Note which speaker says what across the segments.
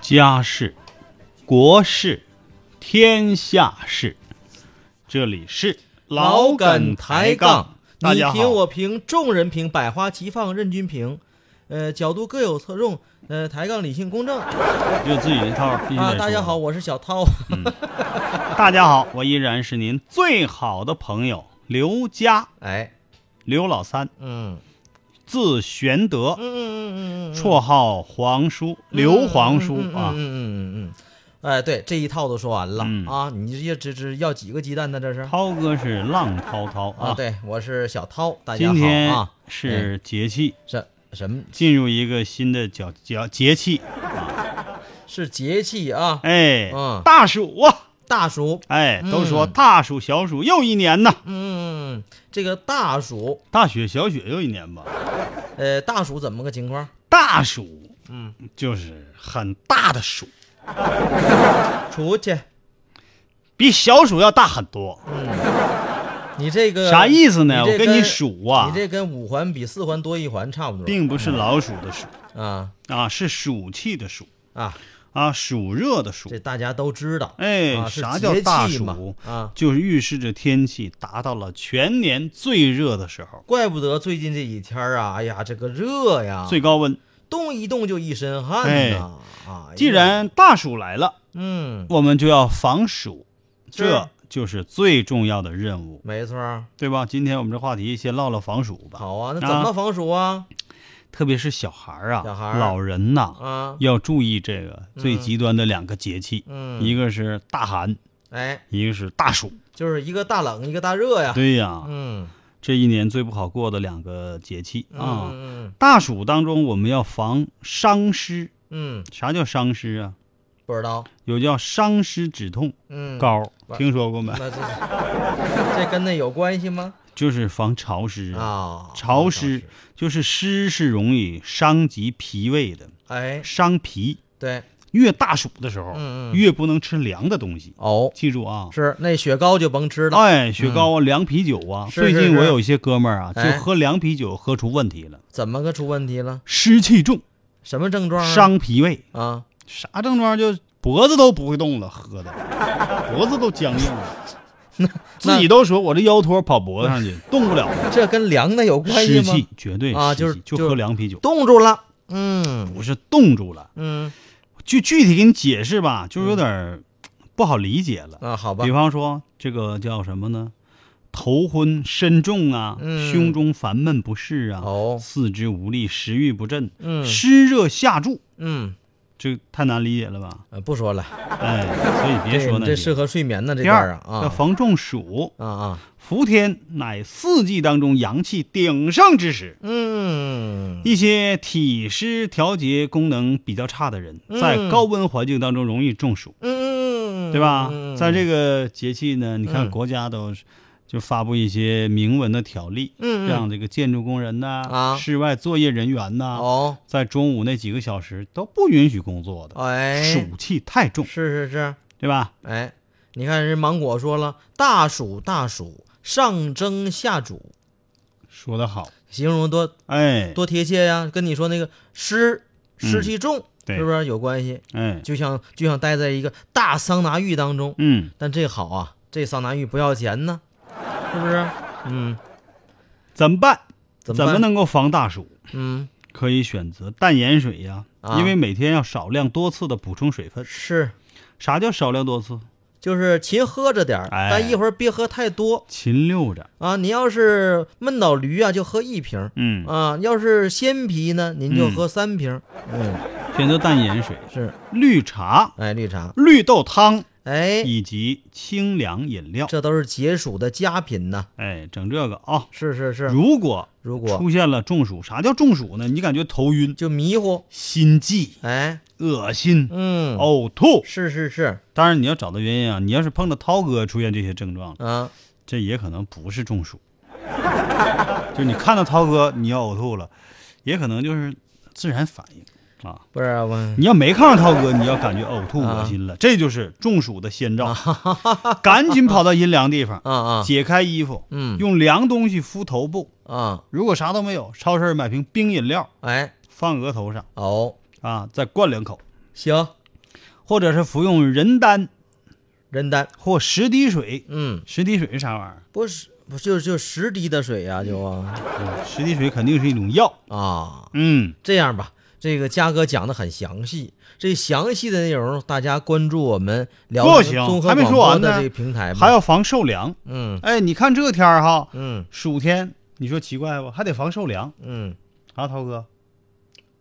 Speaker 1: 家事、国事、天下事，这里是
Speaker 2: 老梗抬杠，
Speaker 1: 大
Speaker 2: 你
Speaker 1: 家好，
Speaker 2: 评我评，众人评，百花齐放，任君评。呃，角度各有侧重，呃，抬杠理性公正啊！
Speaker 1: 就自己那套必须得说
Speaker 2: 大家好，，嗯我是小涛，
Speaker 1: 大家好，我依然是您最好的朋友刘佳，
Speaker 2: 哎，
Speaker 1: 刘老三，
Speaker 2: 嗯
Speaker 1: 字玄德，
Speaker 2: 嗯嗯嗯嗯嗯，
Speaker 1: 绰号皇叔，刘皇叔
Speaker 2: 嗯嗯
Speaker 1: 啊
Speaker 2: 嗯。嗯嗯嗯，哎，对，这一套都说完了
Speaker 1: 嗯
Speaker 2: 啊，你这这这要几个鸡蛋呢？这是
Speaker 1: 涛哥是浪滔滔
Speaker 2: 啊，
Speaker 1: 啊，
Speaker 2: 对，我是小涛，大家
Speaker 1: 今
Speaker 2: 好
Speaker 1: 天
Speaker 2: 啊，
Speaker 1: 是节气，
Speaker 2: 什什么
Speaker 1: 进入一个新的角角节气，
Speaker 2: 是节气啊？
Speaker 1: 哎
Speaker 2: 嗯，
Speaker 1: 大暑啊。
Speaker 2: 大暑，
Speaker 1: 哎，都说
Speaker 2: 嗯
Speaker 1: 大暑小暑又一年呐，
Speaker 2: 嗯，这个大暑，
Speaker 1: 大雪小雪又一年吧。
Speaker 2: 呃，大暑怎么个情况？
Speaker 1: 大暑
Speaker 2: 嗯，
Speaker 1: 就是很大的暑，
Speaker 2: 出去。
Speaker 1: 比小暑要大很多。
Speaker 2: 你这个
Speaker 1: 啥意思呢？
Speaker 2: 这
Speaker 1: 我跟你数啊，
Speaker 2: 你这跟五环比四环多一环差不多。
Speaker 1: 并不是老鼠的暑
Speaker 2: 啊
Speaker 1: 啊，是暑气的暑
Speaker 2: 啊，
Speaker 1: 啊，暑热的暑
Speaker 2: 这。大家都知道。
Speaker 1: 哎，
Speaker 2: 啊是
Speaker 1: 啥叫大
Speaker 2: 节气嘛
Speaker 1: 暑
Speaker 2: 啊？
Speaker 1: 就是预示着天气达到了全年最热的时候，
Speaker 2: 怪不得最近这几天啊，哎呀，这个热呀，
Speaker 1: 最高温。
Speaker 2: 动一动就一身汗呐、啊！哎呀
Speaker 1: 既然大暑来了，
Speaker 2: 嗯，
Speaker 1: 我们就要防暑，
Speaker 2: 是
Speaker 1: 这就是最重要的任务。
Speaker 2: 没错儿，
Speaker 1: 对吧？今天我们这话题先唠唠防暑吧。
Speaker 2: 好啊，那怎么防暑啊？
Speaker 1: 特别是小孩儿啊，
Speaker 2: 小孩儿
Speaker 1: 老人呐、
Speaker 2: 啊，
Speaker 1: 要注意这个最极端的两个节气，
Speaker 2: 嗯
Speaker 1: 一个是大寒，
Speaker 2: 哎，
Speaker 1: 一个是大暑。
Speaker 2: 就是一个大冷，一个大热呀。
Speaker 1: 对呀、
Speaker 2: 嗯
Speaker 1: 这一年最不好过的两个节气啊。
Speaker 2: 嗯
Speaker 1: 大暑当中，我们要防伤湿。
Speaker 2: 嗯嗯，
Speaker 1: 啥叫伤湿啊？
Speaker 2: 不知道。
Speaker 1: 有叫伤湿止痛
Speaker 2: 嗯，
Speaker 1: 膏，
Speaker 2: 嗯
Speaker 1: 听说过没？
Speaker 2: 那这这 跟那有关系吗？
Speaker 1: 就是防潮湿。嗯
Speaker 2: 啊，
Speaker 1: 潮湿就是湿是容易伤及脾胃的，
Speaker 2: 哎，
Speaker 1: 伤脾。
Speaker 2: 对，
Speaker 1: 越大暑的时候，
Speaker 2: 嗯嗯
Speaker 1: 越不能吃凉的东西。
Speaker 2: 哦，
Speaker 1: 记住啊，
Speaker 2: 是那雪糕就甭吃了，
Speaker 1: 哎，雪糕啊，凉啤酒啊。
Speaker 2: 是
Speaker 1: 最
Speaker 2: 是
Speaker 1: 近
Speaker 2: 是
Speaker 1: 我有一些哥们儿啊，就
Speaker 2: 哎
Speaker 1: 喝凉啤酒喝出问题了，
Speaker 2: 怎么个出问题了？
Speaker 1: 湿气重，
Speaker 2: 什么症状啊？
Speaker 1: 伤脾胃。
Speaker 2: 啊，
Speaker 1: 啥症状？就脖子都不会动了，喝 的，脖子都僵硬了。 自己都说我这腰托跑脖子上去，动不了了。
Speaker 2: 这跟凉的有关系
Speaker 1: 湿
Speaker 2: 吗？
Speaker 1: 气绝对湿
Speaker 2: 啊
Speaker 1: 气
Speaker 2: 就是
Speaker 1: 就
Speaker 2: 就
Speaker 1: 喝凉啤酒，
Speaker 2: 冻住了，嗯
Speaker 1: 不是冻住了。
Speaker 2: 嗯
Speaker 1: 就具体给你解释吧，就是有点儿不好理解了。
Speaker 2: 啊，好吧
Speaker 1: 比，方说这个叫什么呢？头昏身重啊，
Speaker 2: 嗯
Speaker 1: 胸中烦闷不适啊，
Speaker 2: 哦
Speaker 1: 四肢无力，食欲不振，
Speaker 2: 嗯
Speaker 1: 湿热下注，
Speaker 2: 嗯，
Speaker 1: 这太难理解了 吧？
Speaker 2: 呃不说了，
Speaker 1: 哎，所以别
Speaker 2: 这
Speaker 1: 说那
Speaker 2: 这
Speaker 1: 些
Speaker 2: 适合睡眠的这
Speaker 1: 第
Speaker 2: 段儿
Speaker 1: 二
Speaker 2: 啊
Speaker 1: 要
Speaker 2: 啊
Speaker 1: 防中暑，
Speaker 2: 啊啊，
Speaker 1: 伏天乃四季当中阳气鼎盛之时。
Speaker 2: 嗯
Speaker 1: 一些体湿调节功能比较差的人，在
Speaker 2: 嗯
Speaker 1: 高温环境当中容易中暑。
Speaker 2: 嗯，
Speaker 1: 对吧？
Speaker 2: 嗯
Speaker 1: 在这个节气呢，你看
Speaker 2: 嗯
Speaker 1: 国家都是就发布一些明文的条例，
Speaker 2: 嗯嗯
Speaker 1: 让这个建筑工人呐、
Speaker 2: 啊
Speaker 1: 室外作业人员呐、
Speaker 2: 哦，
Speaker 1: 在中午那几个小时都不允许工作的，
Speaker 2: 哎，
Speaker 1: 暑气太重，
Speaker 2: 是是是，
Speaker 1: 对吧？
Speaker 2: 哎，你看人芒果说了，大暑大暑，上蒸下煮，
Speaker 1: 说得好，
Speaker 2: 形容多
Speaker 1: 哎，
Speaker 2: 多贴切呀、跟你说那个湿湿气重，
Speaker 1: 嗯对
Speaker 2: 是不是有关系？
Speaker 1: 哎，
Speaker 2: 就像就像待在一个大桑拿浴当中，
Speaker 1: 嗯，
Speaker 2: 但这好啊，这桑拿浴不要钱呢，是不是？嗯，
Speaker 1: 怎么办？
Speaker 2: 怎么
Speaker 1: 怎
Speaker 2: 办
Speaker 1: 么？能够防大暑？
Speaker 2: 嗯，
Speaker 1: 可以选择淡盐水呀、
Speaker 2: 啊
Speaker 1: 因为每天要少量多次的补充水分。
Speaker 2: 是，
Speaker 1: 啥叫少量多次？
Speaker 2: 就是勤喝着点儿，
Speaker 1: 哎
Speaker 2: 但一会儿别喝太多
Speaker 1: 勤溜着，
Speaker 2: 啊。你要是闷倒驴啊，就喝一瓶。
Speaker 1: 嗯，
Speaker 2: 啊，要是鲜啤呢，您就
Speaker 1: 嗯
Speaker 2: 喝三瓶。嗯，
Speaker 1: 选择淡盐水、
Speaker 2: 是，
Speaker 1: 绿茶、
Speaker 2: 哎，绿茶，
Speaker 1: 绿豆汤。
Speaker 2: 哎，
Speaker 1: 以及清凉饮料。
Speaker 2: 这都是解暑的佳品呐。
Speaker 1: 哎，整这个啊。
Speaker 2: 是是是，
Speaker 1: 如果
Speaker 2: 如果
Speaker 1: 出现了中暑，啥叫中暑呢？你感觉头晕、
Speaker 2: 就迷糊，
Speaker 1: 心悸、
Speaker 2: 哎，
Speaker 1: 恶心、
Speaker 2: 嗯，
Speaker 1: 呕吐。
Speaker 2: 是是是
Speaker 1: 当然，你要找到原因啊。你要是碰到涛哥出现这些症状了，
Speaker 2: 啊，
Speaker 1: 这也可能不是 中暑。就你看到涛哥你要呕吐了，也可能就是自然反应啊。
Speaker 2: 不是我
Speaker 1: 你要没看上涛哥，你要感觉呕吐恶心
Speaker 2: 啊
Speaker 1: 了，这就是中暑的先 兆。赶紧跑到阴凉地方，
Speaker 2: 啊啊
Speaker 1: 解开衣服，
Speaker 2: 嗯
Speaker 1: 用凉东西敷头部。
Speaker 2: 啊，
Speaker 1: 如果啥都没有，超市买瓶冰饮料
Speaker 2: 哎，
Speaker 1: 放额头上
Speaker 2: 哦，
Speaker 1: 啊，再灌两口，
Speaker 2: 行，
Speaker 1: 或者是服用人丹
Speaker 2: 人丹，
Speaker 1: 或十滴水。
Speaker 2: 嗯，
Speaker 1: 十滴水是啥玩意儿？
Speaker 2: 不是不是就就十滴的水呀、就啊
Speaker 1: 嗯十滴水肯定是一种药。
Speaker 2: 啊，
Speaker 1: 嗯，
Speaker 2: 这样吧。这个嘉哥讲的很详细，这详细的内容大家关注我们辽
Speaker 1: 不
Speaker 2: 宁
Speaker 1: 行
Speaker 2: 综合
Speaker 1: 还没
Speaker 2: 广
Speaker 1: 说
Speaker 2: 播
Speaker 1: 完
Speaker 2: 的
Speaker 1: 呢
Speaker 2: 这个平台吧。
Speaker 1: 还要防受凉。
Speaker 2: 嗯
Speaker 1: 哎，你看这天儿哈，
Speaker 2: 嗯
Speaker 1: 暑天，你说奇怪不？还得防受凉
Speaker 2: 嗯，
Speaker 1: 啊，涛哥，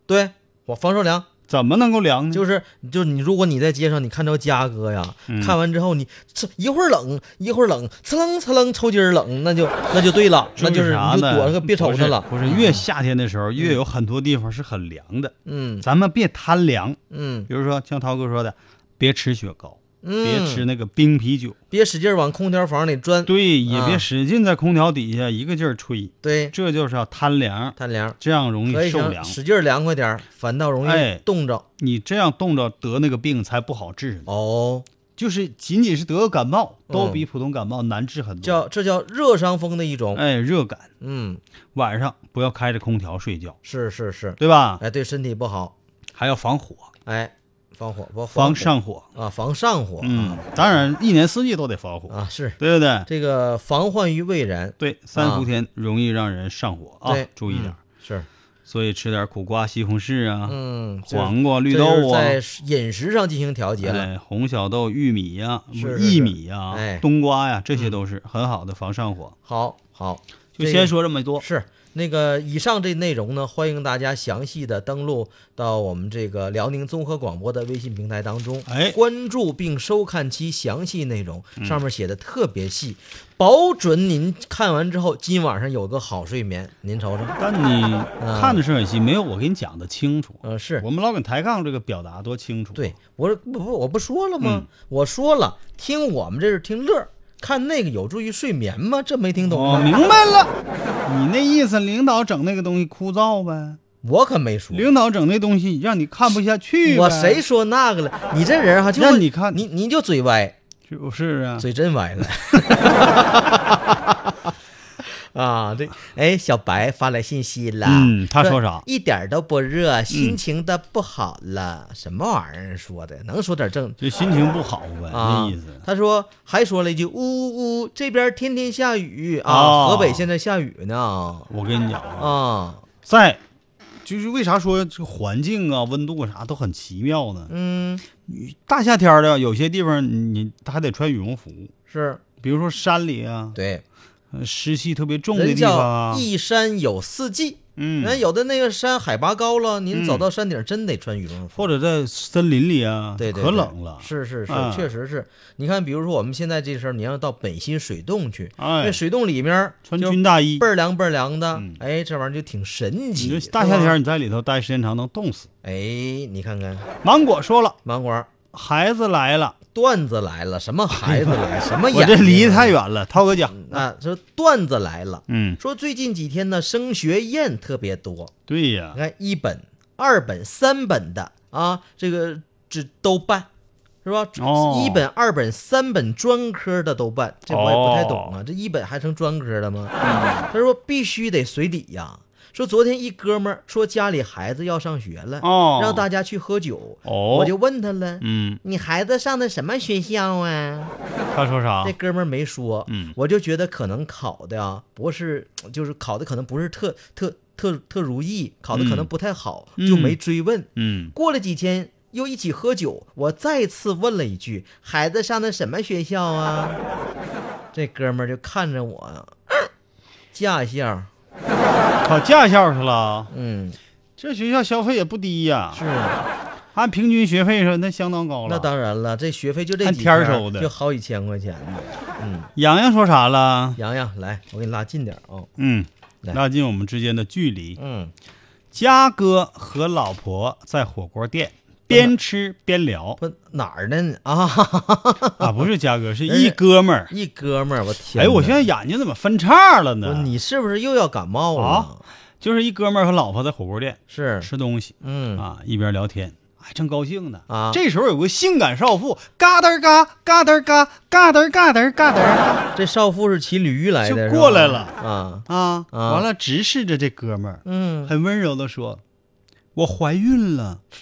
Speaker 2: 对我防受凉，
Speaker 1: 怎么能够凉呢？
Speaker 2: 就是就是你，如果你在街上你看着嘉哥呀，
Speaker 1: 嗯
Speaker 2: 看完之后你这一会儿冷一会儿冷，呲楞呲楞抽筋儿冷，那就那就对了，那就是
Speaker 1: 啥
Speaker 2: 你就
Speaker 1: 呢？
Speaker 2: 躲着别瞅
Speaker 1: 不
Speaker 2: 他
Speaker 1: 是
Speaker 2: 了。
Speaker 1: 不是，越夏天的时候，越有很多地方是很凉的，
Speaker 2: 嗯
Speaker 1: 咱们别贪凉。
Speaker 2: 嗯
Speaker 1: 比如说像涛哥说的，别吃雪糕，
Speaker 2: 嗯，
Speaker 1: 别吃，那个冰啤酒，
Speaker 2: 别使劲儿往空调房里钻。
Speaker 1: 对，也
Speaker 2: 啊
Speaker 1: 别使劲在空调底下一个劲儿吹，
Speaker 2: 对，
Speaker 1: 这就是要贪凉，
Speaker 2: 贪凉，
Speaker 1: 这样容
Speaker 2: 可
Speaker 1: 易
Speaker 2: 以
Speaker 1: 受
Speaker 2: 想
Speaker 1: 凉。
Speaker 2: 使劲儿凉快点儿，反倒容易
Speaker 1: 哎
Speaker 2: 冻着。
Speaker 1: 你这样冻着得那个病才不好治呢，
Speaker 2: 哦，
Speaker 1: 就是仅仅是得个感冒，都
Speaker 2: 嗯
Speaker 1: 比普通感冒难治很多。
Speaker 2: 叫这叫热伤风的一种。
Speaker 1: 哎，热感，
Speaker 2: 嗯，
Speaker 1: 晚上不要开着空调睡觉，
Speaker 2: 是是是，
Speaker 1: 对吧？
Speaker 2: 哎，对身体不好，
Speaker 1: 还要防火，
Speaker 2: 哎，防火不
Speaker 1: 防
Speaker 2: 火
Speaker 1: 上火。
Speaker 2: 啊，防上火
Speaker 1: 嗯
Speaker 2: 啊，
Speaker 1: 当然一年四季都得防火，
Speaker 2: 啊是。
Speaker 1: 对不对？
Speaker 2: 这个防患于未然。
Speaker 1: 对，三伏天容易让人上火啊
Speaker 2: 对，，
Speaker 1: 注意点儿。
Speaker 2: 嗯是，
Speaker 1: 所以吃点苦瓜、西红柿啊、
Speaker 2: 嗯，这
Speaker 1: 黄瓜、
Speaker 2: 这
Speaker 1: 绿
Speaker 2: 就
Speaker 1: 豆
Speaker 2: 是
Speaker 1: 啊，
Speaker 2: 在饮食上进行调节了。
Speaker 1: 哎，红小豆、玉米呀、不
Speaker 2: 是
Speaker 1: 是
Speaker 2: 是
Speaker 1: 薏
Speaker 2: 是
Speaker 1: 米呀
Speaker 2: 哎、
Speaker 1: 冬瓜呀，这些都是很好的防上火。
Speaker 2: 好，好，
Speaker 1: 就
Speaker 2: 这
Speaker 1: 先
Speaker 2: 个
Speaker 1: 说这么多。
Speaker 2: 是那个以上这内容呢，欢迎大家详细的登录到我们这个辽宁综合广播的微信平台当中，
Speaker 1: 哎嗯
Speaker 2: 关注并收看其详细内容，上面写的特别细，保准您看完之后今晚上有个好睡眠。您瞅瞅，
Speaker 1: 但你看的是很细，没有我给你讲的清楚。
Speaker 2: 嗯、是
Speaker 1: 我们老梗抬杠这个表达多清楚。啊
Speaker 2: 对，，我说不不，我不说了
Speaker 1: 嗯
Speaker 2: 吗？我说了，听我们这是听乐儿，看那个有助于睡眠吗？这没听懂啊
Speaker 1: 我
Speaker 2: 吗？
Speaker 1: 哦明白了，你那意思，领导整那个东西枯燥呗，
Speaker 2: 我可没说，
Speaker 1: 领导整那东西让你看不下去呗。
Speaker 2: 我谁说那个了？你这人哈、就
Speaker 1: 让
Speaker 2: 会
Speaker 1: 你看
Speaker 2: 你你就嘴歪，
Speaker 1: 是不是啊？
Speaker 2: 嘴真歪了。 啊，对，哎，小白发来信息了，
Speaker 1: 嗯他说啥嗯
Speaker 2: 一点儿都不热，心情的不好了，什么玩意儿说的？能说点正
Speaker 1: 就心情不好呗，
Speaker 2: 啊
Speaker 1: 那意思。
Speaker 2: 他说还说了一句呜呜呜，这边天天下雨啊，
Speaker 1: 哦
Speaker 2: 河北现在下雨呢
Speaker 1: 我跟你讲啊，
Speaker 2: 啊，
Speaker 1: 在就是为啥说这个环境啊、温度啊啥都很奇妙呢？
Speaker 2: 嗯，
Speaker 1: 大夏天的，有些地方你他还得穿羽绒服，
Speaker 2: 是
Speaker 1: 比如说山里啊，
Speaker 2: 对，
Speaker 1: 呃湿气特别重的
Speaker 2: 人
Speaker 1: 地方
Speaker 2: 叫
Speaker 1: 啊。
Speaker 2: 一山有四季，
Speaker 1: 嗯，
Speaker 2: 人有的那个山海拔高了，
Speaker 1: 嗯
Speaker 2: 您走到山顶真得穿羽绒服，
Speaker 1: 或者在森林里啊，
Speaker 2: 对对，
Speaker 1: 可
Speaker 2: 对
Speaker 1: 冷了。
Speaker 2: 是是是
Speaker 1: 啊，
Speaker 2: 确实是。你看，比如说我们现在这时候，你要到本心水洞去，
Speaker 1: 哎
Speaker 2: 因为水洞里面
Speaker 1: 穿
Speaker 2: 就
Speaker 1: 军大衣
Speaker 2: 倍，儿凉倍儿凉的
Speaker 1: 嗯，
Speaker 2: 哎，这玩意儿就挺神奇
Speaker 1: 你
Speaker 2: 的。
Speaker 1: 说大
Speaker 2: 是
Speaker 1: 夏
Speaker 2: 吧
Speaker 1: 天，你在里头待时间长能冻死。
Speaker 2: 哎，你看看
Speaker 1: 芒果说了，
Speaker 2: 芒果。
Speaker 1: 孩子来了，
Speaker 2: 段子来了，什么孩子来，什么
Speaker 1: 我
Speaker 2: 眼
Speaker 1: 这
Speaker 2: 睛
Speaker 1: 离太远了，涛哥讲，
Speaker 2: 啊！说段子来了，
Speaker 1: 嗯，
Speaker 2: 说最近几天呢，升学宴特别多，
Speaker 1: 对呀
Speaker 2: 你，看一本、二本、三本的啊，这个这都办，是吧？
Speaker 1: 哦
Speaker 2: 一本、二本、三本专科的都办，这我也不太懂
Speaker 1: 哦
Speaker 2: 啊，这一本还成专科了吗？
Speaker 1: 嗯
Speaker 2: 他说必须得随礼呀。说昨天一哥们儿说家里孩子要上学了，
Speaker 1: 哦
Speaker 2: 让大家去喝酒，
Speaker 1: 哦
Speaker 2: 我就问他了，
Speaker 1: 嗯，
Speaker 2: 你孩子上的什么学校啊？
Speaker 1: 他说啥
Speaker 2: 这？哥们儿没说，
Speaker 1: 嗯
Speaker 2: 我就觉得可能考的啊，不是，就是考的可能不是特特特特如意，考的可能
Speaker 1: 嗯
Speaker 2: 不太好，
Speaker 1: 嗯
Speaker 2: 就没追问。
Speaker 1: 嗯，
Speaker 2: 过了几天又一起喝酒，我再次问了一句：“孩子上的什么学校啊？” 这哥们儿就看着我，驾校，
Speaker 1: 考驾校去了。
Speaker 2: 嗯，
Speaker 1: 这学校消费也不低呀、
Speaker 2: 是，啊
Speaker 1: 按平均学费说，那相当高了。
Speaker 2: 那当然了，这学费就这
Speaker 1: 按
Speaker 2: 几
Speaker 1: 天儿
Speaker 2: 天儿
Speaker 1: 收的
Speaker 2: 就好几千块钱呢。嗯，
Speaker 1: 洋洋说啥了？
Speaker 2: 洋洋，来，我给你拉近点儿啊。
Speaker 1: 嗯，
Speaker 2: 来
Speaker 1: 拉近我们之间的距离。
Speaker 2: 嗯，
Speaker 1: 嘉哥和老婆在火锅店边吃边聊
Speaker 2: 不哪儿呢？啊，
Speaker 1: 啊，不是嘉哥，是一哥们儿。
Speaker 2: 一哥们儿，我天
Speaker 1: 哎，
Speaker 2: 哪！
Speaker 1: 我现在眼睛怎么分叉了
Speaker 2: 我
Speaker 1: 呢？
Speaker 2: 你是不是又要感冒了？
Speaker 1: 啊就是一哥们儿和老婆在火锅店
Speaker 2: 是，
Speaker 1: 吃东西
Speaker 2: 嗯
Speaker 1: 啊，一边聊天，还正高兴呢
Speaker 2: 啊
Speaker 1: 这时候有个性感少妇，嘎噔儿嘎嘎噔儿嘎嘎噔儿嘎噔儿嘎噔儿
Speaker 2: 这少妇是骑驴来
Speaker 1: 就
Speaker 2: 的，
Speaker 1: 是
Speaker 2: 吧
Speaker 1: 过来了
Speaker 2: 啊，
Speaker 1: 嘎啊，
Speaker 2: 啊
Speaker 1: 完了直视着这哥们儿，
Speaker 2: 嗯，
Speaker 1: 很温柔的说：“我怀孕了。”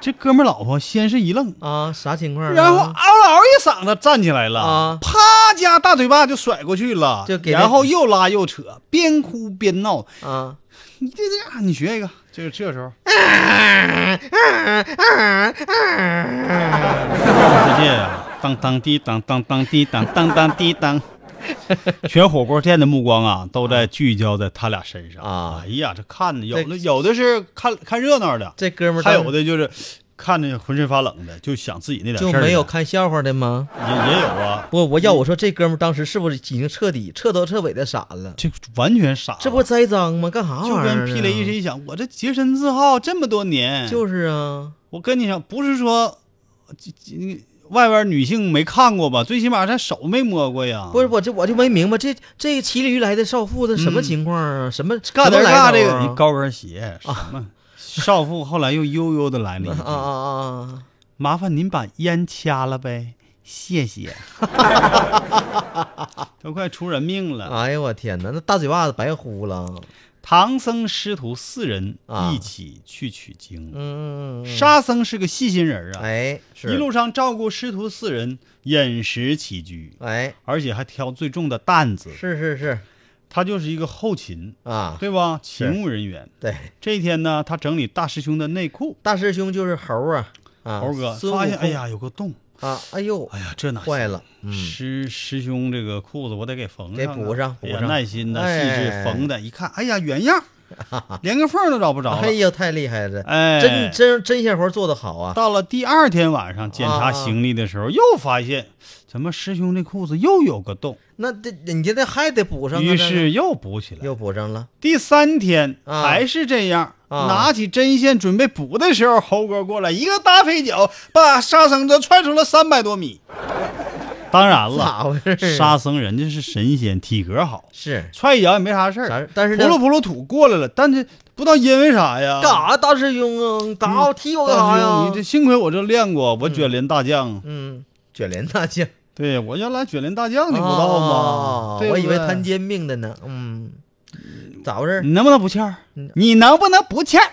Speaker 1: 这哥们儿老婆先是一愣，
Speaker 2: 啊，啥情况啊？
Speaker 1: 然后嗷嗷一嗓子站起来了，
Speaker 2: 啊
Speaker 1: 啪家大嘴巴就甩过去了，
Speaker 2: 就给他
Speaker 1: 然后又拉又扯，边哭边闹。
Speaker 2: 啊，
Speaker 1: 你这这样，你学一个，啊就是这时候。啊 直接啊当当滴当当当滴当当当滴当。全火锅店的目光啊，都在聚焦在他俩身上
Speaker 2: 啊
Speaker 1: 哎呀，这看的有
Speaker 2: 这
Speaker 1: 的有的是看看热闹的，
Speaker 2: 这哥们儿
Speaker 1: 还
Speaker 2: 当
Speaker 1: 有的就是看着浑身发冷的，就想自己那点事
Speaker 2: 就
Speaker 1: 儿。
Speaker 2: 没有看笑话的吗？
Speaker 1: 也也有啊，
Speaker 2: 我我要我说这哥们儿当时是不是已经彻底彻头彻尾的傻了？
Speaker 1: 这完全傻了。
Speaker 2: 这不栽赃吗？干啥玩意
Speaker 1: 就
Speaker 2: 儿啊？
Speaker 1: 跟避雷一一想，我这洁身自好这么多年，
Speaker 2: 就是啊，
Speaker 1: 我跟你讲，不是说这这外边女性没看过吧，最起码咱手没摸过呀。
Speaker 2: 不是我这我就没明白这这骑驴来的少妇这什么情况啊？什么
Speaker 1: 干嗯点
Speaker 2: 什么
Speaker 1: 干
Speaker 2: 来
Speaker 1: 这
Speaker 2: 头
Speaker 1: 个
Speaker 2: 啊
Speaker 1: 你高跟鞋什么？少妇后来又悠悠的来了一
Speaker 2: 啊啊
Speaker 1: 句
Speaker 2: 啊！：“
Speaker 1: 麻烦您把烟掐了呗，谢 谢。”都快出人命
Speaker 2: 啊
Speaker 1: 了。
Speaker 2: 哎呦我天哪，那大嘴巴子白呼了。
Speaker 1: 唐僧师徒四人
Speaker 2: 啊
Speaker 1: 一起去取经。
Speaker 2: 嗯，嗯嗯嗯
Speaker 1: 沙僧是个细心人儿啊，
Speaker 2: 哎，是
Speaker 1: 一路上照顾师徒四人饮食起居，
Speaker 2: 哎，
Speaker 1: 而且还挑最重的担子。
Speaker 2: 是是是
Speaker 1: 他就是一个后勤，
Speaker 2: 啊，
Speaker 1: 对吧？勤务人员。
Speaker 2: 对，
Speaker 1: 这一天呢，他整理大师兄的内裤，
Speaker 2: 大师兄就是猴儿啊啊，
Speaker 1: 猴哥
Speaker 2: 孙悟
Speaker 1: 发现，
Speaker 2: 空
Speaker 1: 哎呀，有个洞，
Speaker 2: 啊，哎呦，
Speaker 1: 哎呀，这哪行
Speaker 2: 坏了，嗯，
Speaker 1: 师师兄这个裤子我得给缝上啊，
Speaker 2: 给补上
Speaker 1: 哎呀
Speaker 2: 补上
Speaker 1: 耐心的
Speaker 2: 哎
Speaker 1: 细致缝的，一看，哎呀，原样儿， 连个缝儿都找不着了
Speaker 2: 哎。呀，太厉害了，
Speaker 1: 哎，
Speaker 2: 真真真鲜活做的好啊，
Speaker 1: 到了第二天晚上检
Speaker 2: 啊
Speaker 1: 查
Speaker 2: 啊
Speaker 1: 行李的时候，又发现怎么师兄这裤子又有个洞，
Speaker 2: 那这你这还得补上啊，
Speaker 1: 于
Speaker 2: 这
Speaker 1: 是又补起来。
Speaker 2: 又补上了，
Speaker 1: 第三天、
Speaker 2: 啊
Speaker 1: 还是这样，
Speaker 2: 啊
Speaker 1: 拿起针线准备补的时候，猴哥过来一个大飞脚，把沙僧这踹出了三百多 米。当然
Speaker 2: 咋
Speaker 1: 了，
Speaker 2: 回事儿啊？
Speaker 1: 沙僧人家是神仙，体格好，
Speaker 2: 是
Speaker 1: 踹一脚也没啥事
Speaker 2: 啥
Speaker 1: 儿，？
Speaker 2: 但是
Speaker 1: 扑
Speaker 2: 呢
Speaker 1: 噜，扑噜土过来了，但是不知道因为啥呀？
Speaker 2: 干啥大师兄啊？你打我踢我干啥
Speaker 1: 大师兄
Speaker 2: 呀
Speaker 1: 你这？幸亏我这练过，我卷帘大将，
Speaker 2: 嗯，卷帘大将，
Speaker 1: 对我原来卷帘大将你不知道吗？
Speaker 2: 哦
Speaker 1: 对不
Speaker 2: 我以为
Speaker 1: 对
Speaker 2: 摊煎饼的呢，嗯，咋回事儿？
Speaker 1: 你能不能不欠儿
Speaker 2: 嗯？
Speaker 1: 你能不能不欠儿？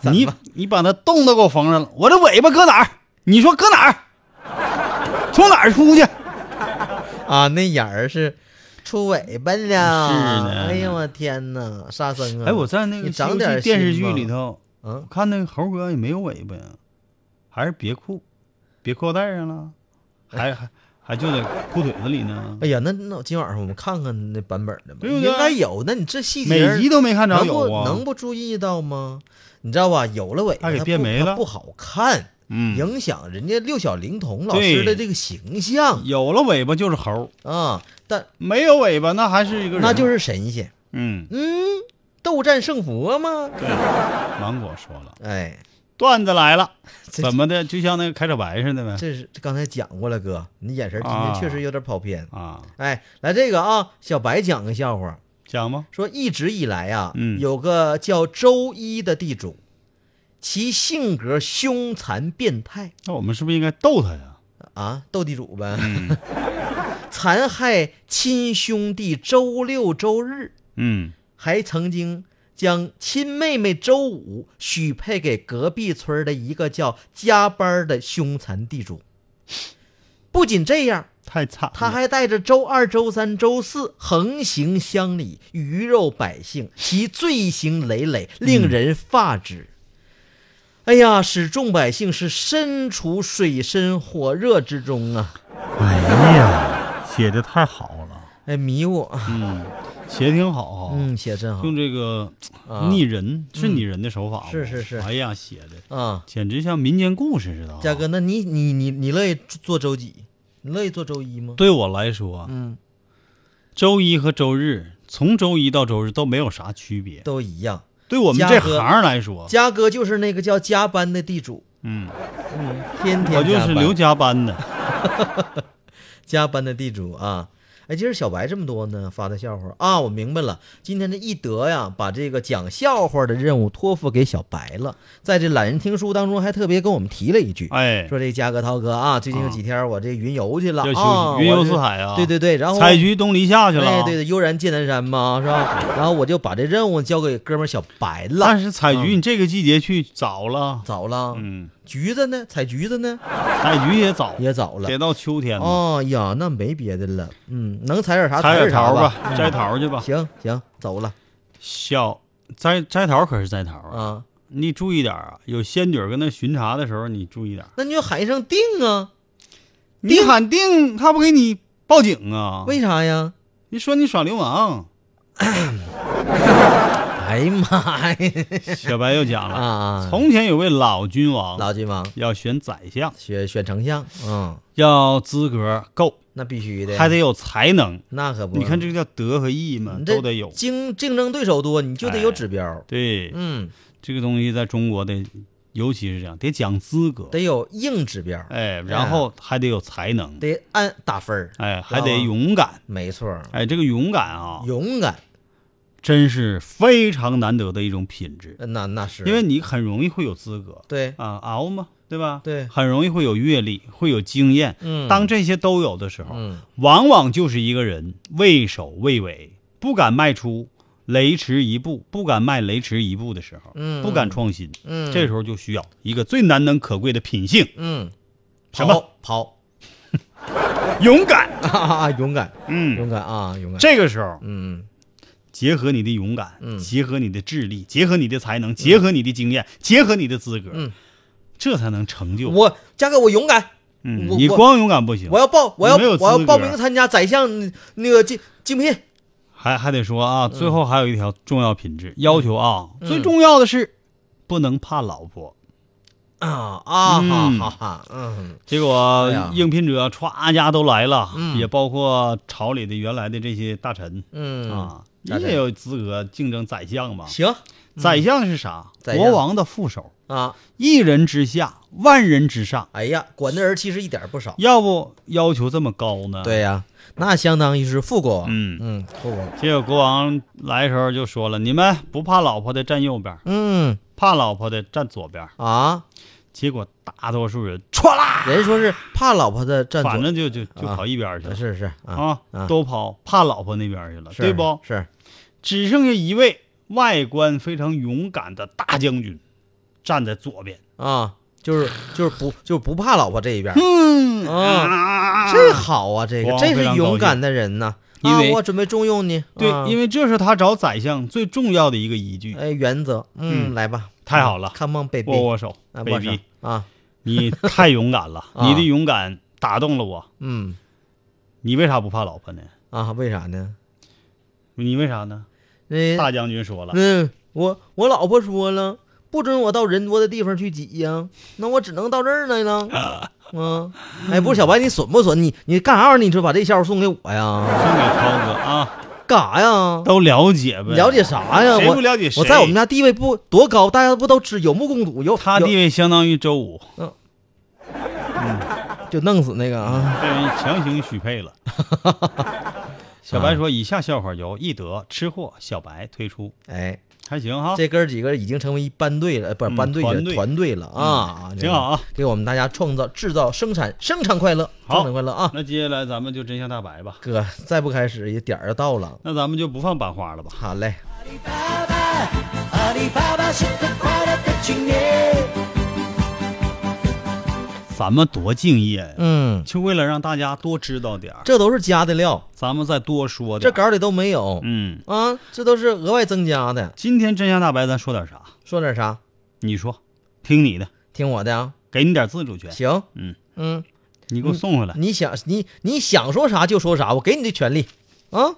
Speaker 2: 怎
Speaker 1: 你
Speaker 2: 么
Speaker 1: 你把那洞都给我缝上了，我这尾巴搁哪儿？你说搁哪儿？从哪儿出去？
Speaker 2: 啊，那眼儿是出尾巴了。是
Speaker 1: 呢
Speaker 2: 哎呀，我天哪，沙僧啊！
Speaker 1: 哎，我在那个
Speaker 2: 你
Speaker 1: 西游
Speaker 2: 长
Speaker 1: 记
Speaker 2: 点
Speaker 1: 电视
Speaker 2: 心
Speaker 1: 剧
Speaker 2: 吧
Speaker 1: 里，头，我
Speaker 2: 嗯，
Speaker 1: 看那个猴哥也没有尾巴呀，还是别裤，别裤带上了，还还还就在裤腿子里呢
Speaker 2: 哎，呀，那那我今晚上我们看看那版本的吧，
Speaker 1: 对不对
Speaker 2: 应该有。那你这细节
Speaker 1: 每
Speaker 2: 儿
Speaker 1: 集都没看着
Speaker 2: 能不
Speaker 1: 有啊，
Speaker 2: 能不注意到吗？你知道吧？有了尾巴，
Speaker 1: 还给
Speaker 2: 它
Speaker 1: 变
Speaker 2: 不
Speaker 1: 没
Speaker 2: 它
Speaker 1: 了
Speaker 2: 不好看，
Speaker 1: 嗯，
Speaker 2: 影响人家六小龄童老
Speaker 1: 对
Speaker 2: 师的这个形象
Speaker 1: 有了尾巴就是猴儿，
Speaker 2: 啊。但
Speaker 1: 没有尾巴那还是一个人，
Speaker 2: 那就是神仙，
Speaker 1: 嗯，
Speaker 2: 嗯，斗战胜佛嘛。
Speaker 1: 对，芒果说了，
Speaker 2: 哎，
Speaker 1: 段子来了，
Speaker 2: 这
Speaker 1: 怎么的，就像那个开场白似的呗。
Speaker 2: 这是这刚才讲过了，哥，你眼神今
Speaker 1: 啊
Speaker 2: 天确实有点跑偏。
Speaker 1: 啊，
Speaker 2: 哎，来这个啊，小白讲个笑话，
Speaker 1: 讲吧。
Speaker 2: 说一直以来啊，
Speaker 1: 嗯
Speaker 2: 有个叫周一的地主，其性格凶残变态
Speaker 1: 那我们是不是应该逗他呀？
Speaker 2: 啊，斗地主呗，残害亲兄弟周六周日，
Speaker 1: 嗯，
Speaker 2: 还曾经将亲妹妹周五许配给隔壁村的一个叫加班的凶残地主。不仅这样，
Speaker 1: 太惨了。
Speaker 2: 他还带着周二、周三、周四横行乡里，鱼肉百姓，其罪行累累，令人发指。哎呀，使众百姓是身处水深火热之中啊！
Speaker 1: 哎呀，写的太好了。
Speaker 2: 哎，迷糊，
Speaker 1: 嗯，写挺好啊，
Speaker 2: 嗯，写真好
Speaker 1: 用这个
Speaker 2: 啊
Speaker 1: 拟人是拟人的手法吗，
Speaker 2: 是是是
Speaker 1: 哎呀，写的
Speaker 2: 啊。
Speaker 1: 简直像民间故事似的啊。
Speaker 2: 嘉哥，那你你你你乐意做周几？你乐意做周一吗？
Speaker 1: 对我来说，
Speaker 2: 嗯，
Speaker 1: 周一和周日，从周一到周日都没有啥区别。
Speaker 2: 都一样。
Speaker 1: 对我们这行来说，
Speaker 2: 嘉哥就是那个叫加班的地主，
Speaker 1: 嗯，
Speaker 2: 天天
Speaker 1: 我就
Speaker 2: 加
Speaker 1: 是
Speaker 2: 班
Speaker 1: 刘加班的。
Speaker 2: 加班的地主啊。哎，今儿小白这么多呢，发的笑话啊，我明白了。今天的一德呀，把这个讲笑话的任务托付给小白了。在这懒人听书当中，还特别跟我们提了一句，
Speaker 1: 哎，
Speaker 2: 说这嘉哥、涛哥啊，最近有几天我这云游去了
Speaker 1: 要休息
Speaker 2: 啊，
Speaker 1: 云游
Speaker 2: 我是
Speaker 1: 四海啊
Speaker 2: 对对对，然后
Speaker 1: 采菊东篱下去了哎
Speaker 2: 哎，
Speaker 1: 啊。
Speaker 2: 对对，悠然见南山嘛，是吧？然后我就把这任务交给哥们儿小白了。
Speaker 1: 但是采
Speaker 2: 嗯
Speaker 1: 菊，你这个季节去早了，
Speaker 2: 早了，
Speaker 1: 哎嗯，
Speaker 2: 橘子呢？采橘子呢？
Speaker 1: 采菊也早，
Speaker 2: 也早了
Speaker 1: 得。到秋天了，
Speaker 2: 哦呀，那没别的了，嗯，能采点啥
Speaker 1: 采
Speaker 2: 点
Speaker 1: 点
Speaker 2: 啥
Speaker 1: 桃
Speaker 2: 吧。嗯
Speaker 1: 吧，摘桃去吧。
Speaker 2: 行行，走了
Speaker 1: 小摘摘桃可是摘桃啊，
Speaker 2: 啊，
Speaker 1: 你注意点啊，有仙女儿跟那巡查的时候，你注意点。
Speaker 2: 那你就喊一声定啊，
Speaker 1: 你喊定，他不给你报警啊？
Speaker 2: 为啥呀？
Speaker 1: 你说你耍流氓，
Speaker 2: 哎呀妈呀！
Speaker 1: 小白又讲了。
Speaker 2: 啊，
Speaker 1: 从前有位老君王，
Speaker 2: 老君王
Speaker 1: 要选宰相，
Speaker 2: 选选丞相，嗯，
Speaker 1: 要资格够，
Speaker 2: 那必须的，
Speaker 1: 还得有才能。
Speaker 2: 那可不，
Speaker 1: 你看这个叫德和义嘛
Speaker 2: 你，嗯这
Speaker 1: 都得有。哎
Speaker 2: 竞竞争对手多，你就得有指标，
Speaker 1: 对，
Speaker 2: 嗯，
Speaker 1: 这个东西在中国的，尤其是这样，得讲资格，
Speaker 2: 得有硬指标，
Speaker 1: 哎，然后还得有才能，
Speaker 2: 得按打分儿，
Speaker 1: 哎，
Speaker 2: 知道
Speaker 1: 还
Speaker 2: 吗
Speaker 1: 得，勇敢，
Speaker 2: 没错儿，
Speaker 1: 哎，这个勇敢啊，
Speaker 2: 勇敢，
Speaker 1: 真是非常难得的一种品质，
Speaker 2: 那那是
Speaker 1: 因为你很容易会有资格，
Speaker 2: 对，
Speaker 1: 啊，熬嘛，对吧？
Speaker 2: 对
Speaker 1: 很容易会有阅历，会有经验。
Speaker 2: 嗯
Speaker 1: 当这些都有的时候，
Speaker 2: 嗯
Speaker 1: 往往就是一个人畏首畏尾，不敢迈出雷池一步，不敢迈雷池一步的时候，
Speaker 2: 嗯
Speaker 1: 不敢创新。
Speaker 2: 嗯
Speaker 1: 这时候就需要一个最难能可贵的品性
Speaker 2: 嗯，
Speaker 1: 什么
Speaker 2: 跑
Speaker 1: ——勇 敢。
Speaker 2: 跑啊，勇敢，
Speaker 1: 嗯，
Speaker 2: 勇敢啊，勇敢，
Speaker 1: 这个时候
Speaker 2: 嗯
Speaker 1: 结合你的勇敢，
Speaker 2: 嗯
Speaker 1: 结合你的智力，结合你的才能，结合你的经验，结合你的资格，
Speaker 2: 嗯
Speaker 1: 这才能成就。
Speaker 2: 我嘉哥，我勇敢，
Speaker 1: 嗯
Speaker 2: 我，
Speaker 1: 你
Speaker 2: 我
Speaker 1: 光勇敢不行，
Speaker 2: 我要报，我要
Speaker 1: 没有资格
Speaker 2: 我要报名参加宰相那个竞竞聘。
Speaker 1: 还还得说啊，
Speaker 2: 嗯
Speaker 1: 最后还有一条重要品质要求啊，最重要的是不能怕老婆。
Speaker 2: 啊啊哈
Speaker 1: 嗯
Speaker 2: 哈哈，嗯
Speaker 1: 结果
Speaker 2: 哎呀
Speaker 1: 应聘者歘家都来了，
Speaker 2: 嗯
Speaker 1: 也包括朝里的原来的这些大臣、
Speaker 2: 嗯
Speaker 1: 啊，你
Speaker 2: 大臣
Speaker 1: 也有资格竞争宰相嘛？
Speaker 2: 行
Speaker 1: 宰相是啥？
Speaker 2: 宰相
Speaker 1: 国王的副手，
Speaker 2: 啊，
Speaker 1: 一人之下，万人之上，
Speaker 2: 哎呀，管的人其实一点儿不少。
Speaker 1: 要不要求这么高呢？，
Speaker 2: 对呀、那相当于是富国王，
Speaker 1: 嗯
Speaker 2: 嗯，富国王，
Speaker 1: 结果国王来的时候就说了：“你们不怕老婆的站右边，
Speaker 2: 嗯
Speaker 1: 怕老婆的站左边。
Speaker 2: 啊，”
Speaker 1: 结果大多数人歘啦。
Speaker 2: 人说是怕老婆的占
Speaker 1: 反
Speaker 2: 左，
Speaker 1: 正就就就
Speaker 2: 啊
Speaker 1: 跑一边儿去了
Speaker 2: 是是啊，
Speaker 1: 啊
Speaker 2: 啊
Speaker 1: 都跑怕老婆那边儿去了，
Speaker 2: 是
Speaker 1: 对不？
Speaker 2: 是
Speaker 1: 只剩下一位外观非常勇敢的大将军站在左边，
Speaker 2: 啊，就是就是不就是不怕老婆这一边儿，
Speaker 1: 嗯
Speaker 2: 啊
Speaker 1: 啊
Speaker 2: 这好啊，这个
Speaker 1: 国王
Speaker 2: 这是
Speaker 1: 非常
Speaker 2: 勇
Speaker 1: 高
Speaker 2: 敢
Speaker 1: 兴
Speaker 2: 的人呐、
Speaker 1: 因
Speaker 2: 啊，
Speaker 1: 为
Speaker 2: 我准备重用你，
Speaker 1: 对
Speaker 2: 啊，
Speaker 1: 因为这是他找宰相最重要的一个依据。
Speaker 2: 哎原则，嗯，
Speaker 1: 嗯
Speaker 2: 来吧，
Speaker 1: 太好了
Speaker 2: ，Come on baby，
Speaker 1: 握握手
Speaker 2: 啊握手
Speaker 1: ，baby，
Speaker 2: 啊，
Speaker 1: 你太勇敢了，
Speaker 2: 啊
Speaker 1: 你的勇敢打动了我。
Speaker 2: 嗯
Speaker 1: 你为啥不怕老婆呢？
Speaker 2: 啊，为啥呢？
Speaker 1: 你为啥呢？
Speaker 2: 那
Speaker 1: 大将军说了，
Speaker 2: 嗯，我我老婆说了，不准我到人多的地方去挤呀、那我只能到这儿来了。嗯，哎，不是小白，你损不损？你你干啥玩意儿？你说把这笑话送给我呀？
Speaker 1: 送给涛哥啊，
Speaker 2: 干啥呀？
Speaker 1: 都了解呗，
Speaker 2: 了解啥呀？
Speaker 1: 谁
Speaker 2: 我
Speaker 1: 不了解谁
Speaker 2: 我在我们家地位不多高，大家不都知有目共睹，有
Speaker 1: 他
Speaker 2: 有
Speaker 1: 地位相当于周武，
Speaker 2: 就弄死那个啊。
Speaker 1: 被人强行许配了。 小白说：“以下笑话由易德、吃货、小白推出，
Speaker 2: 哎，
Speaker 1: 还行哈。
Speaker 2: 这哥儿几个已经成为一班队了，呃不是
Speaker 1: 嗯
Speaker 2: 班队了，
Speaker 1: 团队嗯
Speaker 2: 团队了啊！
Speaker 1: 挺好啊，
Speaker 2: 给我们大家创造、制造、生产、生产快乐，
Speaker 1: 好
Speaker 2: 生产快乐啊！
Speaker 1: 那接下来咱们就真相大白吧。
Speaker 2: 哥，再不开始也点儿要到了，
Speaker 1: 那咱们就不放版花了吧。
Speaker 2: 好嘞。
Speaker 3: 阿里巴巴是个快乐的青年。
Speaker 1: 咱们多敬业呀，
Speaker 2: 嗯，
Speaker 1: 就为了让大家多知道点儿，
Speaker 2: 这都是加的料，
Speaker 1: 咱们再多说
Speaker 2: 这
Speaker 1: 点儿。
Speaker 2: 稿里都没有、
Speaker 1: 嗯，
Speaker 2: 啊，这都是额外增加的。
Speaker 1: 今天真相大白，咱说点啥？
Speaker 2: 说点啥？
Speaker 1: 你说，听你的，
Speaker 2: 听我的啊，
Speaker 1: 给你点自主权。
Speaker 2: 行，
Speaker 1: 嗯
Speaker 2: 嗯，
Speaker 1: 你给我送回来。
Speaker 2: 你想你你想说啥就说啥，我给你的权利啊。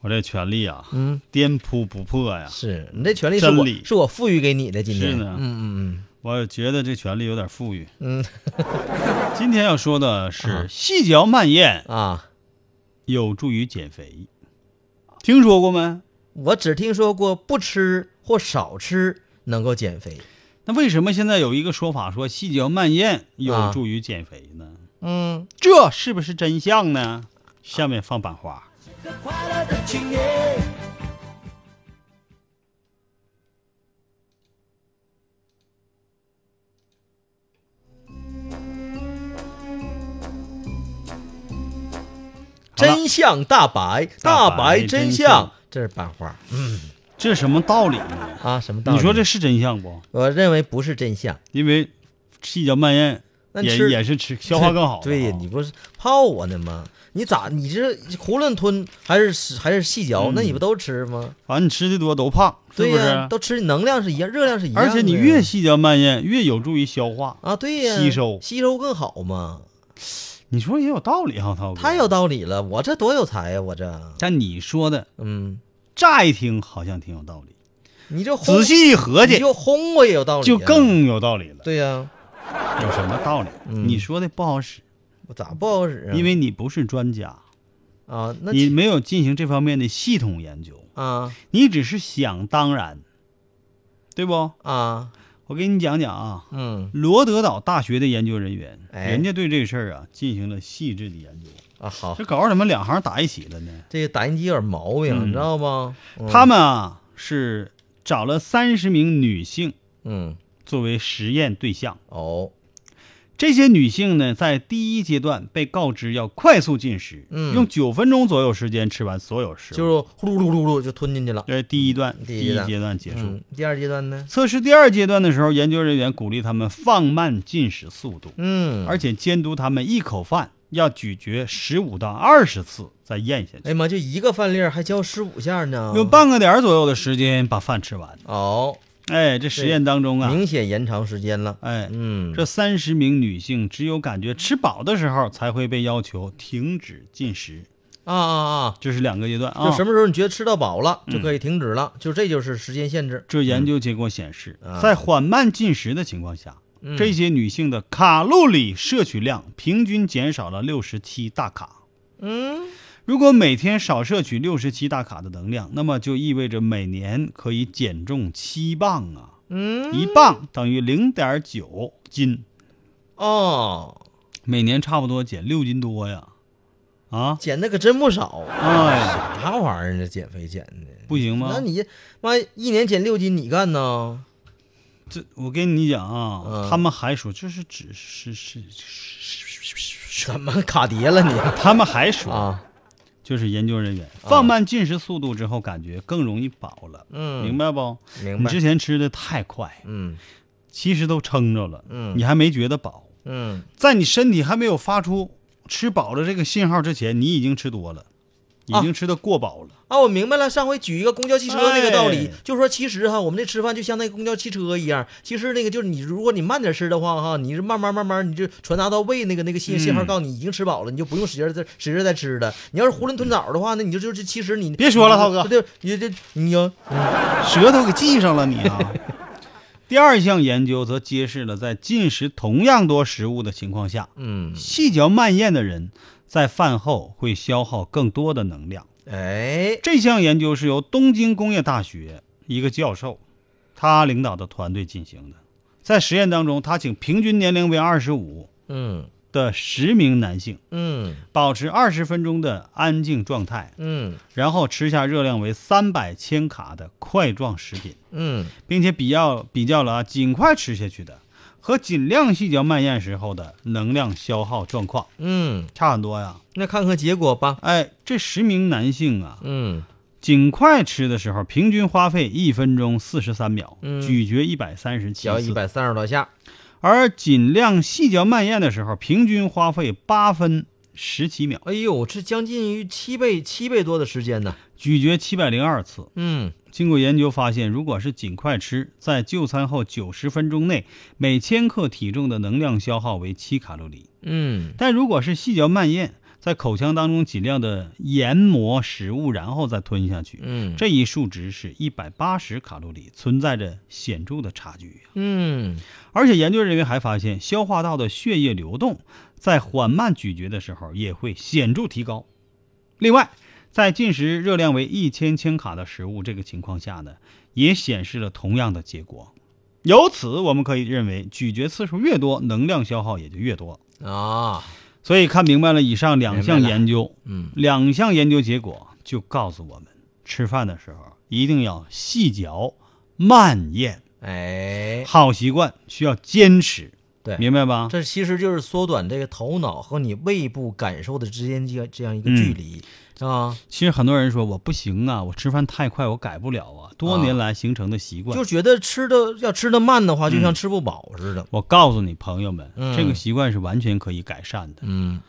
Speaker 1: 我这权利啊，
Speaker 2: 嗯，
Speaker 1: 颠扑不破呀。
Speaker 2: 是你这权利是
Speaker 1: 真
Speaker 2: 我
Speaker 1: 理
Speaker 2: 是我赋予给你的，今天
Speaker 1: 是呢
Speaker 2: 嗯嗯
Speaker 1: 我觉得这权利有点富裕。
Speaker 2: 嗯
Speaker 1: 今天要说的
Speaker 2: 啊
Speaker 1: 是细嚼慢咽
Speaker 2: 嗯啊，
Speaker 1: 有助于减肥，听说过没？
Speaker 2: 我只听说过不吃或少吃能够减肥，
Speaker 1: 那为什么现在有一个说法说细嚼慢咽有
Speaker 2: 啊
Speaker 1: 助于减肥呢？
Speaker 2: 嗯，
Speaker 1: 这是不是真相呢？下面放版花。好了
Speaker 2: 真相大白，
Speaker 1: 大
Speaker 2: 大
Speaker 1: 白
Speaker 2: 白
Speaker 1: 真
Speaker 2: 真
Speaker 1: 相
Speaker 2: 相，这是版画
Speaker 1: 这什么道理呢？
Speaker 2: 啊，什么道理？
Speaker 1: 你说这，是真相不？
Speaker 2: 我认为不是真相。
Speaker 1: 因为细嚼慢咽
Speaker 2: 那
Speaker 1: 也
Speaker 2: 吃
Speaker 1: 也是吃消化更好的啊。
Speaker 2: 对呀，你不是泡我呢吗？你咋你这囫囵吞还是还是细嚼？那你不都吃吗？
Speaker 1: 反正你吃的多都胖，嗯是
Speaker 2: 对
Speaker 1: 不
Speaker 2: 呀
Speaker 1: 是，？
Speaker 2: 都吃，能量是一样，热量是一样的
Speaker 1: 而
Speaker 2: 呀。
Speaker 1: 且你越细嚼慢咽，越有助于消化。
Speaker 2: 啊，对呀，
Speaker 1: 吸收
Speaker 2: 吸收更好嘛，
Speaker 1: 你说也有道理哈、涛哥。
Speaker 2: 太有。道理了。我这多有才呀、我这
Speaker 1: 但你说的
Speaker 2: 嗯，
Speaker 1: 乍一听好像挺有道理，
Speaker 2: 你这轰
Speaker 1: 仔细一合
Speaker 2: 你
Speaker 1: 计
Speaker 2: 就轰我也有道理、
Speaker 1: 就
Speaker 2: 啊，
Speaker 1: 更有道理了。
Speaker 2: 对呀、
Speaker 1: 有什么道理？
Speaker 2: 嗯
Speaker 1: 你说的不好使，
Speaker 2: 我咋不好使啊？
Speaker 1: 因为你不是专家，
Speaker 2: 啊，那
Speaker 1: 你
Speaker 2: 其
Speaker 1: 没有进行这方面的系统研究，
Speaker 2: 啊
Speaker 1: 你只是想当然，对不？
Speaker 2: 啊
Speaker 1: 我给你讲讲啊，
Speaker 2: 嗯
Speaker 1: 罗德岛大学的研究人员，
Speaker 2: 哎
Speaker 1: 人家对这个事儿啊进行了细致的研究。
Speaker 2: 啊好
Speaker 1: 这，搞什么两行打一起了呢？
Speaker 2: 这个打印机有点毛病，
Speaker 1: 嗯
Speaker 2: 你知道吗？嗯
Speaker 1: 他们啊是找了三十名女性
Speaker 2: 嗯
Speaker 1: 作为实验对象，
Speaker 2: 哦
Speaker 1: 这些女性呢在第一阶段被告知要快速进食，
Speaker 2: 嗯
Speaker 1: 用九分钟左右时间吃完所有食物，
Speaker 2: 就是呼噜噜噜噜就吞进去了。
Speaker 1: 这是第一段，
Speaker 2: 第
Speaker 1: 第
Speaker 2: 一
Speaker 1: 一
Speaker 2: 段
Speaker 1: 阶段结束。
Speaker 2: 嗯，第二阶段呢？
Speaker 1: 测试第二阶段的时候，研究人员鼓励他们放慢进食速度，
Speaker 2: 嗯，
Speaker 1: 而且监督他们一口饭要咀嚼十五到二十次再咽下
Speaker 2: 哎
Speaker 1: 去，
Speaker 2: 呀妈，就一个饭粒儿还嚼十五下呢，
Speaker 1: 用半个点儿左右的时间把饭吃完。
Speaker 2: 哦，
Speaker 1: 哎，这实验当中啊，
Speaker 2: 明显延长时间了。
Speaker 1: 哎，
Speaker 2: 嗯，
Speaker 1: 这三十名女性只有感觉吃饱的时候才会被要求停止进食，
Speaker 2: 啊啊啊！嗯
Speaker 1: 这是两个阶段啊。
Speaker 2: 就什么时候你觉得吃到饱了，就可以停止了，就这就是时间限制。
Speaker 1: 这研究结果显示，
Speaker 2: 嗯啊
Speaker 1: 在缓慢进食的情况下，
Speaker 2: 嗯
Speaker 1: 这些女性的卡路里摄取量平均减少了六十七大卡。
Speaker 2: 嗯，
Speaker 1: 如果每天少摄取六十七大卡的能量，那么就意味着每年可以减重七磅啊！
Speaker 2: 嗯
Speaker 1: 一磅等于零点九斤，
Speaker 2: 哦，
Speaker 1: 每年差不多减六斤多呀！啊，
Speaker 2: 减的可真不少，啊
Speaker 1: 哎，
Speaker 2: 啥玩意儿？啊这减肥减的，
Speaker 1: 不行吗
Speaker 2: 那？你妈一年减六斤，你干呢？
Speaker 1: 这我跟你讲啊，
Speaker 2: 嗯
Speaker 1: 他们还说这是只是是是 是，
Speaker 2: 怎么卡 碟了你？
Speaker 1: 他们还说
Speaker 2: 啊，
Speaker 1: 就是研究人员放慢进食速度之后，感觉更容易饱了，
Speaker 2: 嗯
Speaker 1: 明白不？
Speaker 2: 明
Speaker 1: 你
Speaker 2: 白
Speaker 1: 之。前吃的太快，
Speaker 2: 嗯
Speaker 1: 其实都撑着了，
Speaker 2: 嗯
Speaker 1: 你还没觉得饱，
Speaker 2: 嗯，
Speaker 1: 在你身体还没有发出吃饱了这个信号之前，你已经吃多了，已经吃的过饱了。
Speaker 2: 啊，我明白了。上回举一个公交汽车那个道理
Speaker 1: 哎，
Speaker 2: 就说其实哈，我们这吃饭就像那个公交汽车一样，其实那个就是你，如果你慢点吃的话哈，你是慢慢慢慢，你就传达到胃那个那个信信号，
Speaker 1: 嗯
Speaker 2: 告诉你已经吃饱了，你就不用使劲儿再使劲儿再吃了。你要是囫囵吞枣的话，那你就就是其实你
Speaker 1: 别说了涛哥
Speaker 2: 对，你这你要
Speaker 1: 舌头给系上了你啊！第二项研究则揭示了，在进食同样多食物的情况下，
Speaker 2: 嗯，
Speaker 1: 细嚼慢咽的人在饭后会消耗更多的能量。
Speaker 2: 哎，
Speaker 1: 这项研究是由东京工业大学一个教授，他领导的团队进行的。在实验当中，他请平均年龄为二十五
Speaker 2: 嗯
Speaker 1: 的十名男性
Speaker 2: 嗯
Speaker 1: 保持二十分钟的安静状态，
Speaker 2: 嗯
Speaker 1: 然后吃下热量为三百千卡的块状食品，
Speaker 2: 嗯
Speaker 1: 并且比较比较了啊，尽快吃下去的和尽量细嚼慢咽时候的能量消耗状况
Speaker 2: 嗯，
Speaker 1: 差很多呀。
Speaker 2: 那看看结果吧。
Speaker 1: 哎，这十名男性啊，
Speaker 2: 嗯
Speaker 1: 尽快吃的时候，平均花费一分钟四十三秒，
Speaker 2: 嗯
Speaker 1: 咀嚼一百三十七
Speaker 2: 嚼一
Speaker 1: 次；
Speaker 2: 百三十多下，
Speaker 1: 而尽量细嚼慢咽的时候，平均花费八分十七秒，
Speaker 2: 哎呦，这将近于七倍七倍多的时间呢。
Speaker 1: 咀嚼七百零二次。
Speaker 2: 嗯。
Speaker 1: 经过研究发现，如果是尽快吃，在就餐后九十分钟内，每千克体重的能量消耗为七卡路里；
Speaker 2: 嗯
Speaker 1: 但如果是细嚼慢咽，在口腔当中尽量的研磨食物，然后再吞下去。
Speaker 2: 嗯
Speaker 1: 这一数值是一百八十卡路里，存在着显著的差距呀
Speaker 2: 嗯
Speaker 1: 而且研究人员还发现，消化道的血液流动在缓慢咀嚼的时候也会显著提高。另外，在进食热量为一千千卡的食物这个情况下呢，也显示了同样的结果。由此，我们可以认为，咀嚼次数越多，能量消耗也就越多。
Speaker 2: 啊，
Speaker 1: 所以看明白了以上两项
Speaker 2: 明白了
Speaker 1: 研究，
Speaker 2: 嗯
Speaker 1: 两项研究结果就告诉我们，吃饭的时候一定要细嚼慢咽，
Speaker 2: 哎，
Speaker 1: 好习惯需要坚持，
Speaker 2: 对，
Speaker 1: 明白吧？
Speaker 2: 这其实就是缩短这个头脑和你胃部感受的之间这样这样一个距离、啊，
Speaker 1: 其实很多人说我不行啊，我吃饭太快，我改不了啊，多年来形成的习惯。
Speaker 2: 就觉得吃的要吃的慢的话，就像吃不饱似的。
Speaker 1: 我告诉你朋友们，
Speaker 2: 嗯
Speaker 1: 这个习惯是完全可以改善的。
Speaker 2: 嗯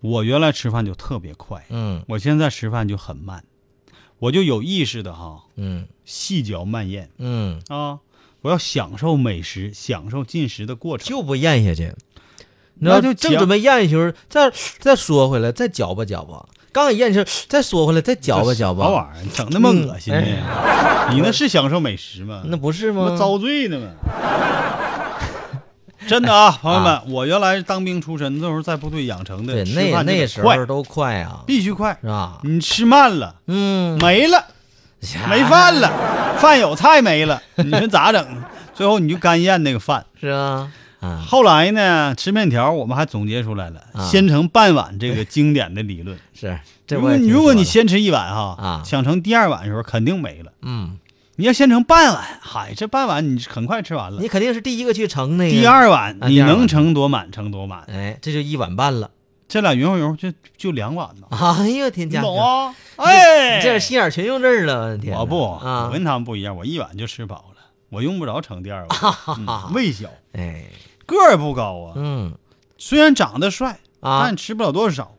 Speaker 1: 我原来吃饭就特别快，
Speaker 2: 嗯
Speaker 1: 我现在吃饭就很慢，我就有意识的哈，
Speaker 2: 嗯
Speaker 1: 细嚼慢咽
Speaker 2: 嗯，
Speaker 1: 啊，我要享受美食，享受进食的过程。
Speaker 2: 就不咽下去。
Speaker 1: 那
Speaker 2: 然后
Speaker 1: 就
Speaker 2: 正
Speaker 1: 嚼
Speaker 2: 准备咽下去的时候，再再缩回来，再嚼吧嚼吧。刚一咽下去，再缩回来，再嚼吧嚼
Speaker 1: 啥
Speaker 2: 吧。
Speaker 1: 玩意儿，整那么恶心的呀？你那是享受美食吗？
Speaker 2: 那不是
Speaker 1: 那
Speaker 2: 吗？
Speaker 1: 遭罪 呢嘛。真的啊，朋友们，我原来是当兵出身，那时候在部队养成的，
Speaker 2: 对，
Speaker 1: 吃
Speaker 2: 那
Speaker 1: 饭就
Speaker 2: 那
Speaker 1: 得
Speaker 2: 时
Speaker 1: 快
Speaker 2: 候都快啊，
Speaker 1: 必须快
Speaker 2: 是，吧？
Speaker 1: 你吃慢了
Speaker 2: 嗯，啊
Speaker 1: 没了， 没饭了，饭有菜没了，你说咋整？ 最后你就干咽那个饭。
Speaker 2: 是啊，啊，
Speaker 1: 后来呢，吃面条我们还总结出来了，
Speaker 2: 啊
Speaker 1: 先成半碗这个经典的理论。
Speaker 2: 是。这
Speaker 1: 如
Speaker 2: 我
Speaker 1: 果
Speaker 2: 也听
Speaker 1: 如果
Speaker 2: 说
Speaker 1: 你
Speaker 2: 了
Speaker 1: 先吃一碗哈，
Speaker 2: 啊
Speaker 1: 想成第二碗的时候肯定没了。
Speaker 2: 嗯，
Speaker 1: 你要先盛半碗，嗨，这半碗你很快吃完了
Speaker 2: 你。肯定是第一个去盛那个。
Speaker 1: 第，二碗
Speaker 2: 啊
Speaker 1: 你
Speaker 2: 第二碗
Speaker 1: 能盛多满盛多满，
Speaker 2: 哎，这就一碗半了。
Speaker 1: 这俩匀乎匀乎就就两碗呢，
Speaker 2: 哎呦天
Speaker 1: 你
Speaker 2: 家，
Speaker 1: 懂啊？哎，
Speaker 2: 你这心眼儿全用这儿了，我天哪！
Speaker 1: 我不，我
Speaker 2: 啊，
Speaker 1: 跟他们不一样，我一碗就吃饱了，我用不着盛第二 碗。嗯胃小，
Speaker 2: 哎，
Speaker 1: 个儿不高啊，
Speaker 2: 嗯，
Speaker 1: 虽然长得帅，
Speaker 2: 啊
Speaker 1: 但吃不了多少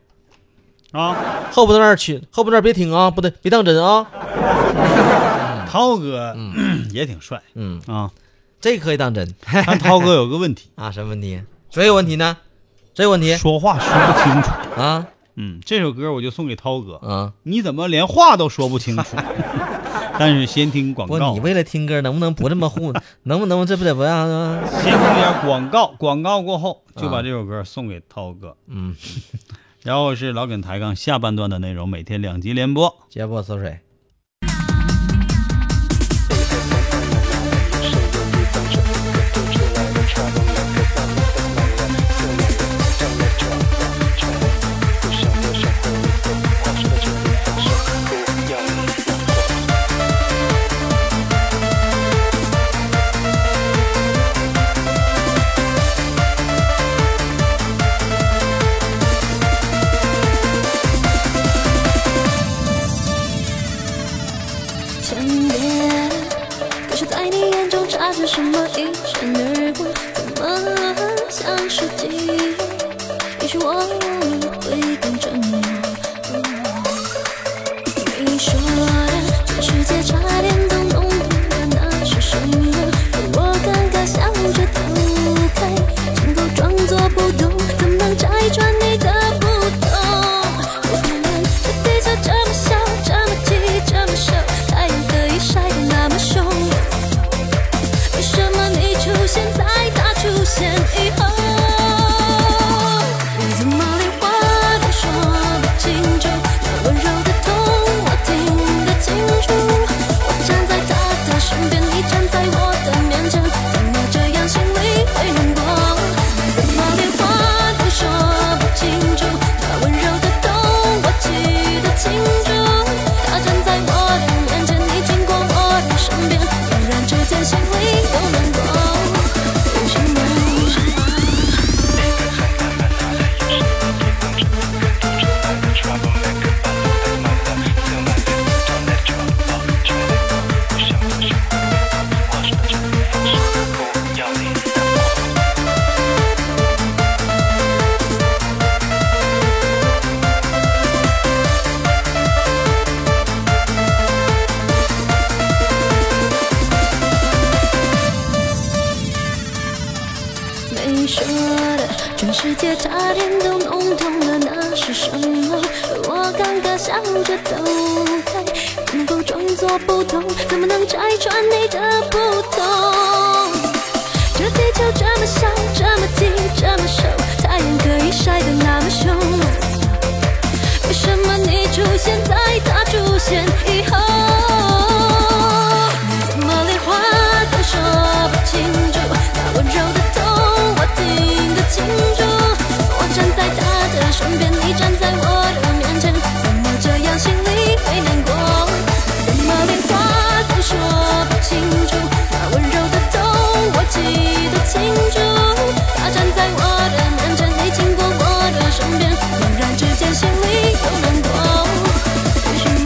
Speaker 1: 啊。
Speaker 2: 后不到那儿去，后不到那儿别听啊，不对，别当真啊，
Speaker 1: 涛哥 也挺帅
Speaker 2: 嗯，
Speaker 1: 啊，
Speaker 2: 这可以当真
Speaker 1: 但涛哥有个问 题，
Speaker 2: 啊，什么问题？谁有问题呢？谁有问题
Speaker 1: 说话说不清楚。
Speaker 2: 啊？
Speaker 1: 嗯，这首歌我就送给涛哥。
Speaker 2: 啊，
Speaker 1: 你怎么连话都说不清楚？ 但是先听广
Speaker 2: 不，
Speaker 1: 告
Speaker 2: 你，为了听歌，能不能不这么糊？ 能不能这不得不让啊？
Speaker 1: 先听点广告，广告过后就把这首歌送给涛哥。
Speaker 2: 嗯，
Speaker 1: 然后是老梗抬杠下半段的内容，每天两集连播。
Speaker 2: 接不缩水。
Speaker 4: 强烈，可是，在你眼中她是什么一闪而过，怎么像是寂寞？也许我会更沉默。你说的全世界差点都弄懂了，那是什么？可我尴尬笑着走开，能够装作不懂，怎能拆穿你的不懂？我可能这地球这么小，这么急，这么瘦，太阳可以晒得那么凶，为什么你出现在他出现以后？你怎么连话都说不清楚？那温柔的痛我听得清楚。我站在他的身边，你站在我的面前，怎么这样心里会难过？你怎么连话都说不清楚？那温柔的痛我记得清楚。他站在我的面前，你经过我的身边，突然之间心里有难过。为什么？没说的，全世界差点都弄懂了那是什么。地向着走开，不能够装作不懂，怎么能拆穿你的不同？这地球这么小，这么近，这么瘦，太阳可以晒得那么凶。为什么你出现在他出现以后？你怎么连话都说不清楚？那温柔的痛，我听得清楚。我站在他的身边，你站在我的面前，怎么这样心里会难过？怎么连话都说不清楚？那温柔的痛，我记得清楚。他站在我的面前，你经过我的身边，突然之间心里有难过。为什么？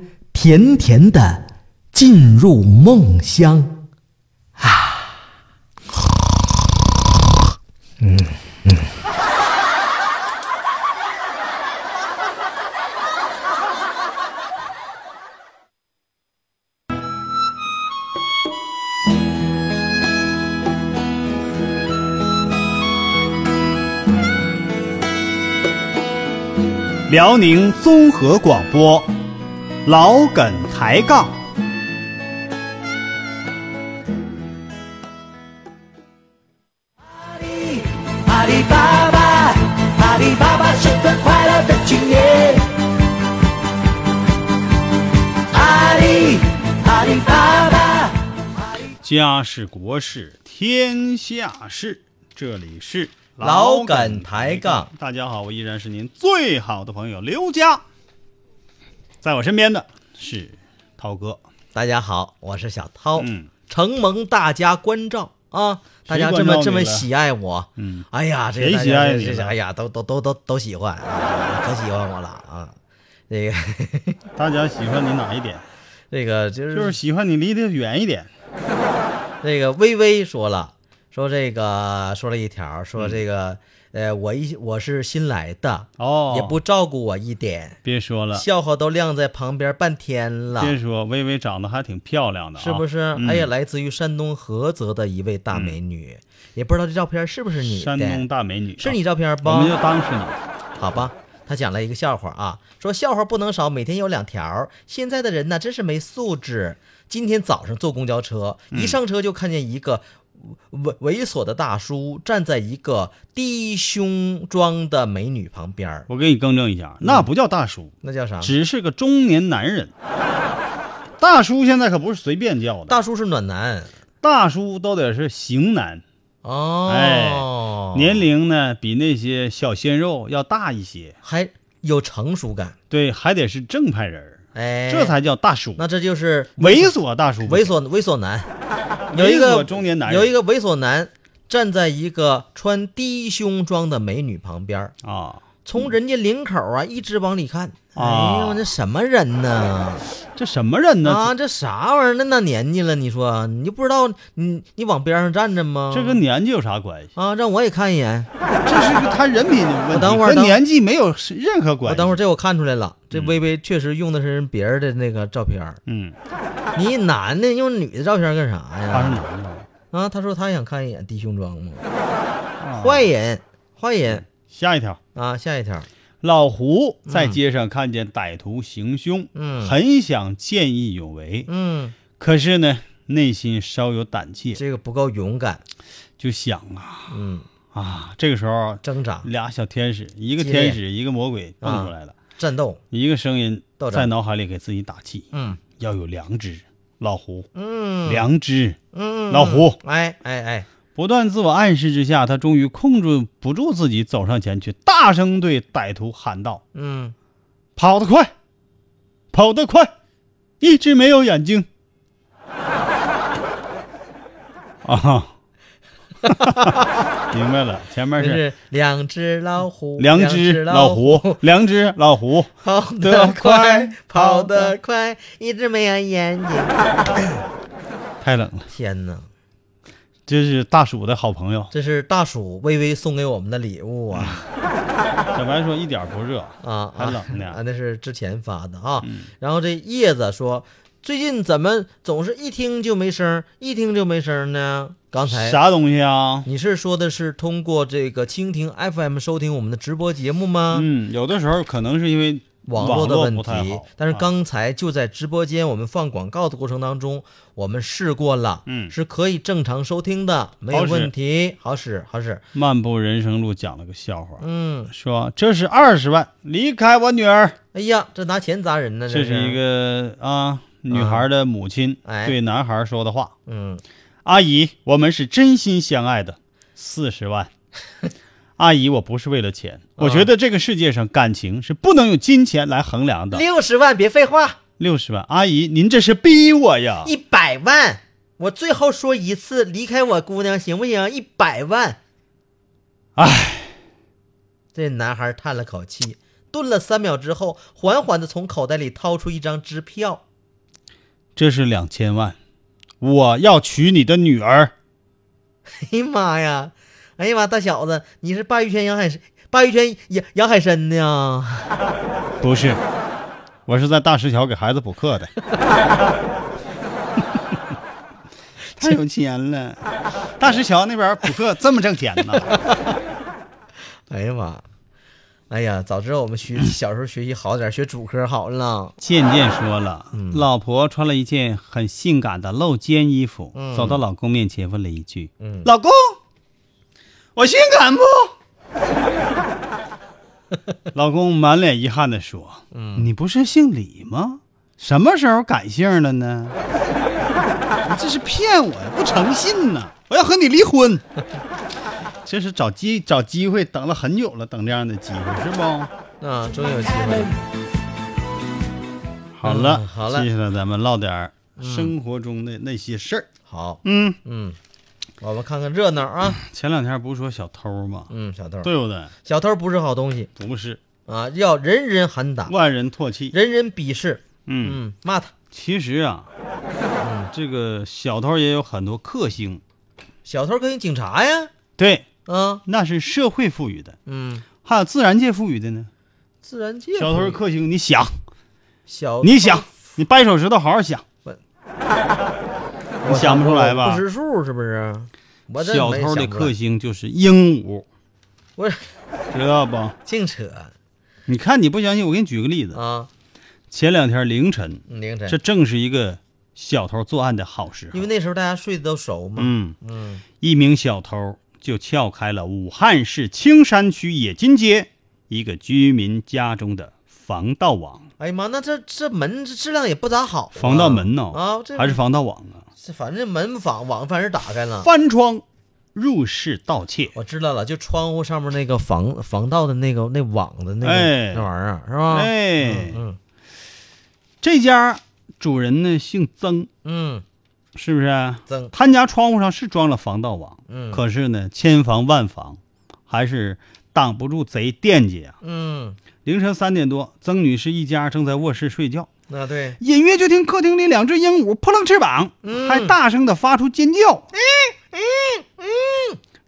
Speaker 2: 甜甜的进入梦乡。啊，嗯
Speaker 1: 辽宁综合广播，老梗抬杠。
Speaker 5: 阿里巴巴，阿里巴巴是个快乐的青年。阿里，阿里巴巴。
Speaker 1: 家事国事天下事，这里是
Speaker 2: 老梗抬杠。
Speaker 1: 大家好，我依然是您最好的朋友刘佳，在我身边的是涛哥。
Speaker 2: 大家好，我是小涛，
Speaker 1: 嗯
Speaker 2: 承蒙大家关照啊，大家这
Speaker 1: 关
Speaker 2: 么
Speaker 1: 照
Speaker 2: 这么
Speaker 1: 你了
Speaker 2: 喜爱我，
Speaker 1: 嗯，
Speaker 2: 哎呀，这
Speaker 1: 谁
Speaker 2: 个大
Speaker 1: 喜
Speaker 2: 家
Speaker 1: 爱
Speaker 2: 这
Speaker 1: 你
Speaker 2: 这
Speaker 1: 了
Speaker 2: 哎呀，都都都都都喜欢啊，都喜欢我了啊。这个
Speaker 1: 大家喜欢你哪一点？
Speaker 2: 这个就是、
Speaker 1: 就是喜欢你离得远一点。
Speaker 2: 这个微微说了，说这个说了一
Speaker 1: 嗯
Speaker 2: 条，说这个、呃，我一我是新来的，
Speaker 1: 哦，嗯
Speaker 2: 也不照顾我一点，
Speaker 1: 别说了，
Speaker 2: 笑话都晾在旁边半天了。
Speaker 1: 别说，微微长得还挺漂亮的、啊，
Speaker 2: 啊是不是？
Speaker 1: 嗯
Speaker 2: 哎呀，来自于山东菏泽的一位大美女，也不知道这照片是不是你的？
Speaker 1: 山东大美女、啊
Speaker 2: 是你，照片
Speaker 1: 我
Speaker 2: 吧？
Speaker 1: 们就当是你。
Speaker 2: 好吧，他讲了一个笑话啊，说笑话不能少，每天有两条。现在的人呢，真是没素质。今天早上坐公交车，
Speaker 1: 嗯
Speaker 2: 一上车就看见一个猥猥琐的大叔站在一个低胸装的美女旁边儿，
Speaker 1: 我给你更正一下，
Speaker 2: 嗯
Speaker 1: 那不叫大叔，
Speaker 2: 那叫啥？
Speaker 1: 只是个中年男人。大叔现在可不是随便叫的，
Speaker 2: 大叔是暖男
Speaker 1: 大叔都得是型男，哎
Speaker 2: 哦，
Speaker 1: 年龄呢比那些小鲜肉要大一些，
Speaker 2: 还有成熟感，
Speaker 1: 对，还得是正派人儿，
Speaker 2: 哎，
Speaker 1: 这才叫大叔。
Speaker 2: 那这就是
Speaker 1: 猥琐大叔，
Speaker 2: 猥琐猥琐男，有一个
Speaker 1: 猥琐中年男人
Speaker 2: 有一个猥琐男站在一个穿低胸装的美女旁边儿，
Speaker 1: 啊！
Speaker 2: 从人家领口啊一直往里看。哎
Speaker 1: 啊
Speaker 2: 呦，这什么人呢？
Speaker 1: 这什么人呢？
Speaker 2: 啊，这啥玩意儿？那那年纪了，你说你就不知道你你往边上站着吗？
Speaker 1: 这跟年纪有啥关系？
Speaker 2: 啊，让我也看一眼。
Speaker 1: 这是他人品的问
Speaker 2: 我
Speaker 1: 题，
Speaker 2: 等会儿
Speaker 1: 跟
Speaker 2: 等
Speaker 1: 年纪没有任何关
Speaker 2: 我
Speaker 1: 系。
Speaker 2: 等会儿这我看出来了，这微微确实用的是别人的那个照片儿。
Speaker 1: 嗯，
Speaker 2: 你男的用女的照片干啥
Speaker 1: 他是
Speaker 2: 呀？
Speaker 1: 男的。
Speaker 2: 啊，他说他想看一眼低胸装嘛。坏人，坏人。
Speaker 1: 下一条，
Speaker 2: 啊，下一条，
Speaker 1: 老胡在街上看见歹徒行凶，
Speaker 2: 嗯
Speaker 1: 很想见义勇为，
Speaker 2: 嗯，
Speaker 1: 可是呢，内心稍有胆怯，
Speaker 2: 这个不够勇敢，
Speaker 1: 就想啊
Speaker 2: 嗯，
Speaker 1: 啊，这个时候
Speaker 2: 挣扎
Speaker 1: 俩小天使，一个
Speaker 2: 激烈啊
Speaker 1: 天使，一个魔鬼蹦出来了，
Speaker 2: 战斗，
Speaker 1: 一个声音
Speaker 2: 道长
Speaker 1: 在脑海里给自己打气，
Speaker 2: 嗯
Speaker 1: 要有良知，老胡，
Speaker 2: 嗯
Speaker 1: 良知，
Speaker 2: 嗯，
Speaker 1: 老胡
Speaker 2: 哎哎哎，
Speaker 1: 不断自我暗示之下，他终于控制不住自己，走上前去，大声对歹徒喊道
Speaker 2: 嗯，：“
Speaker 1: 跑得快，跑得快，一只没有眼睛。” 啊哈， 明白了，前面
Speaker 2: 这
Speaker 1: 是
Speaker 2: 是两只老虎，
Speaker 1: 良
Speaker 2: 只
Speaker 1: 知老
Speaker 2: 虎
Speaker 1: 胡，良知老胡，
Speaker 2: 跑得快，跑得快，一直没有眼睛。
Speaker 1: 太冷了。
Speaker 2: 天哪，
Speaker 1: 这是大叔的好朋友，
Speaker 2: 这是大鼠微微送给我们的礼物啊
Speaker 1: 小白说一点不热，
Speaker 2: 啊！
Speaker 1: 还冷呢
Speaker 2: 啊，那是之前发的啊。然后这叶子说，最近怎么总是一听就没声儿，一听就没声儿呢？刚才
Speaker 1: 啥东西啊？
Speaker 2: 你是说的是通过这个蜻蜓 FM 收听我们的直播节目吗？
Speaker 1: 嗯，有的时候可能是因为
Speaker 2: 网络的问
Speaker 1: 不太
Speaker 2: 题
Speaker 1: 好，
Speaker 2: 但是
Speaker 1: 啊
Speaker 2: 刚才就在直播间我们放广告的过程当中，我们试过了，
Speaker 1: 嗯
Speaker 2: 是可以正常收听的，没有
Speaker 1: 好使
Speaker 2: 问题，好使好使，
Speaker 1: 漫步人生路讲了个笑话，
Speaker 2: 嗯，
Speaker 1: 说这是二十万，离开我女儿。
Speaker 2: 哎呀，这拿钱砸人呢，
Speaker 1: 这
Speaker 2: 是嗯
Speaker 1: 是一，个啊，女孩的母亲
Speaker 2: 哎
Speaker 1: 对男孩说的话：“
Speaker 2: 嗯，
Speaker 1: 阿姨，我们是真心相爱的，四十 万。阿姨，我不是为了钱，我
Speaker 2: 啊
Speaker 1: 觉得这个世界上感情是不能用金钱来衡量的。
Speaker 2: 六十万别废话，
Speaker 1: 六十万，阿姨，您这是逼我呀！
Speaker 2: 一百万，我最后说一次，离开我姑娘行不行？一百万，
Speaker 1: 哎，
Speaker 2: 这男孩叹了口气，顿了三秒之后，缓缓的从口袋里掏出一张支票，
Speaker 1: 这是两千万，我要娶你的女儿。
Speaker 2: 哎呀妈呀！哎呀妈，大小子，你是鲅鱼圈杨海参，鲅鱼圈杨杨海参的呀？
Speaker 1: 不是，我是在大石桥给孩子补课的。太有钱了，大石桥那边补课这么挣钱呢？
Speaker 2: 哎呀妈！哎呀，早知道我们 学小时候学习好点，学主科好了。
Speaker 1: 渐渐说了，老婆穿了一件很性感的露肩衣服，走到老公面前问了一句：“老公，我性感不？” 老公满脸遗憾的说：“你不是姓李吗？什么时候改姓了呢？ 你这是骗我，不诚信呐！我要和你离婚。” 这是找机找机会，等了很久了，等这样的机会是不？
Speaker 2: 啊，终于有机会了。
Speaker 1: 好了，
Speaker 2: 嗯好了
Speaker 1: 接下来咱们唠点儿生活中的那些事儿。
Speaker 2: 好，
Speaker 1: 嗯，
Speaker 2: 嗯，我们看看热闹啊。
Speaker 1: 前两天不是说小偷吗？
Speaker 2: 嗯，小偷，
Speaker 1: 对不对？
Speaker 2: 小偷不是好东西
Speaker 1: 不是，
Speaker 2: 啊，要人人喊打，
Speaker 1: 万人唾弃。
Speaker 2: 人人鄙视。
Speaker 1: 嗯，
Speaker 2: 啊嗯，骂他。
Speaker 1: 其实啊，这个小偷也有很多克星，
Speaker 2: 小偷跟警察呀，
Speaker 1: 对，
Speaker 2: 啊，
Speaker 1: 那是社会赋予的，
Speaker 2: 嗯，
Speaker 1: 还有自然界赋予的呢。
Speaker 2: 自然界。
Speaker 1: 小偷是，克星，你想，
Speaker 2: 小
Speaker 1: 你想，你掰手指头好好想，
Speaker 2: 我
Speaker 1: 想不出来吧
Speaker 2: 我不识数是不是？我这
Speaker 1: 小
Speaker 2: 没
Speaker 1: 偷的
Speaker 2: 想不出来
Speaker 1: 克星就是鹦鹉，
Speaker 2: 我
Speaker 1: 知道不？
Speaker 2: 净扯
Speaker 1: 你看你不相信，我给你举个例子。
Speaker 2: 啊！
Speaker 1: 前两天凌晨，
Speaker 2: 嗯凌晨，
Speaker 1: 这正是一个小偷作案的好时候。
Speaker 2: 因为那时候大家睡得都熟嘛。
Speaker 1: 嗯，
Speaker 2: 嗯
Speaker 1: 一名小偷就撬开了武汉市青山区冶金街一个居民家中的防盗网，
Speaker 2: 哎呀妈，那这这门这质量也不咋好、啊。
Speaker 1: 防盗门呢、
Speaker 2: 啊，这
Speaker 1: 还是防盗网啊？
Speaker 2: 这反正门防网反正打开了。
Speaker 1: 翻窗入室盗窃，
Speaker 2: 我知道了，就窗户上面那个防防盗的那个那网的那个、
Speaker 1: 哎
Speaker 2: 那玩意儿是吧？
Speaker 1: 哎，
Speaker 2: 啊嗯
Speaker 1: 这家主人呢姓曾，
Speaker 2: 嗯
Speaker 1: 是不是？
Speaker 2: 曾
Speaker 1: 他家窗户上是装了防盗网，
Speaker 2: 嗯
Speaker 1: 可是呢，千防万防，还是挡不住贼惦记啊。
Speaker 2: 嗯，
Speaker 1: 凌晨三点多，曾女士一家正在卧室睡觉，
Speaker 2: 那对，
Speaker 1: 隐约就听客厅里两只鹦鹉扑棱翅膀，
Speaker 2: 嗯
Speaker 1: 还大声的发出尖叫。
Speaker 2: 嗯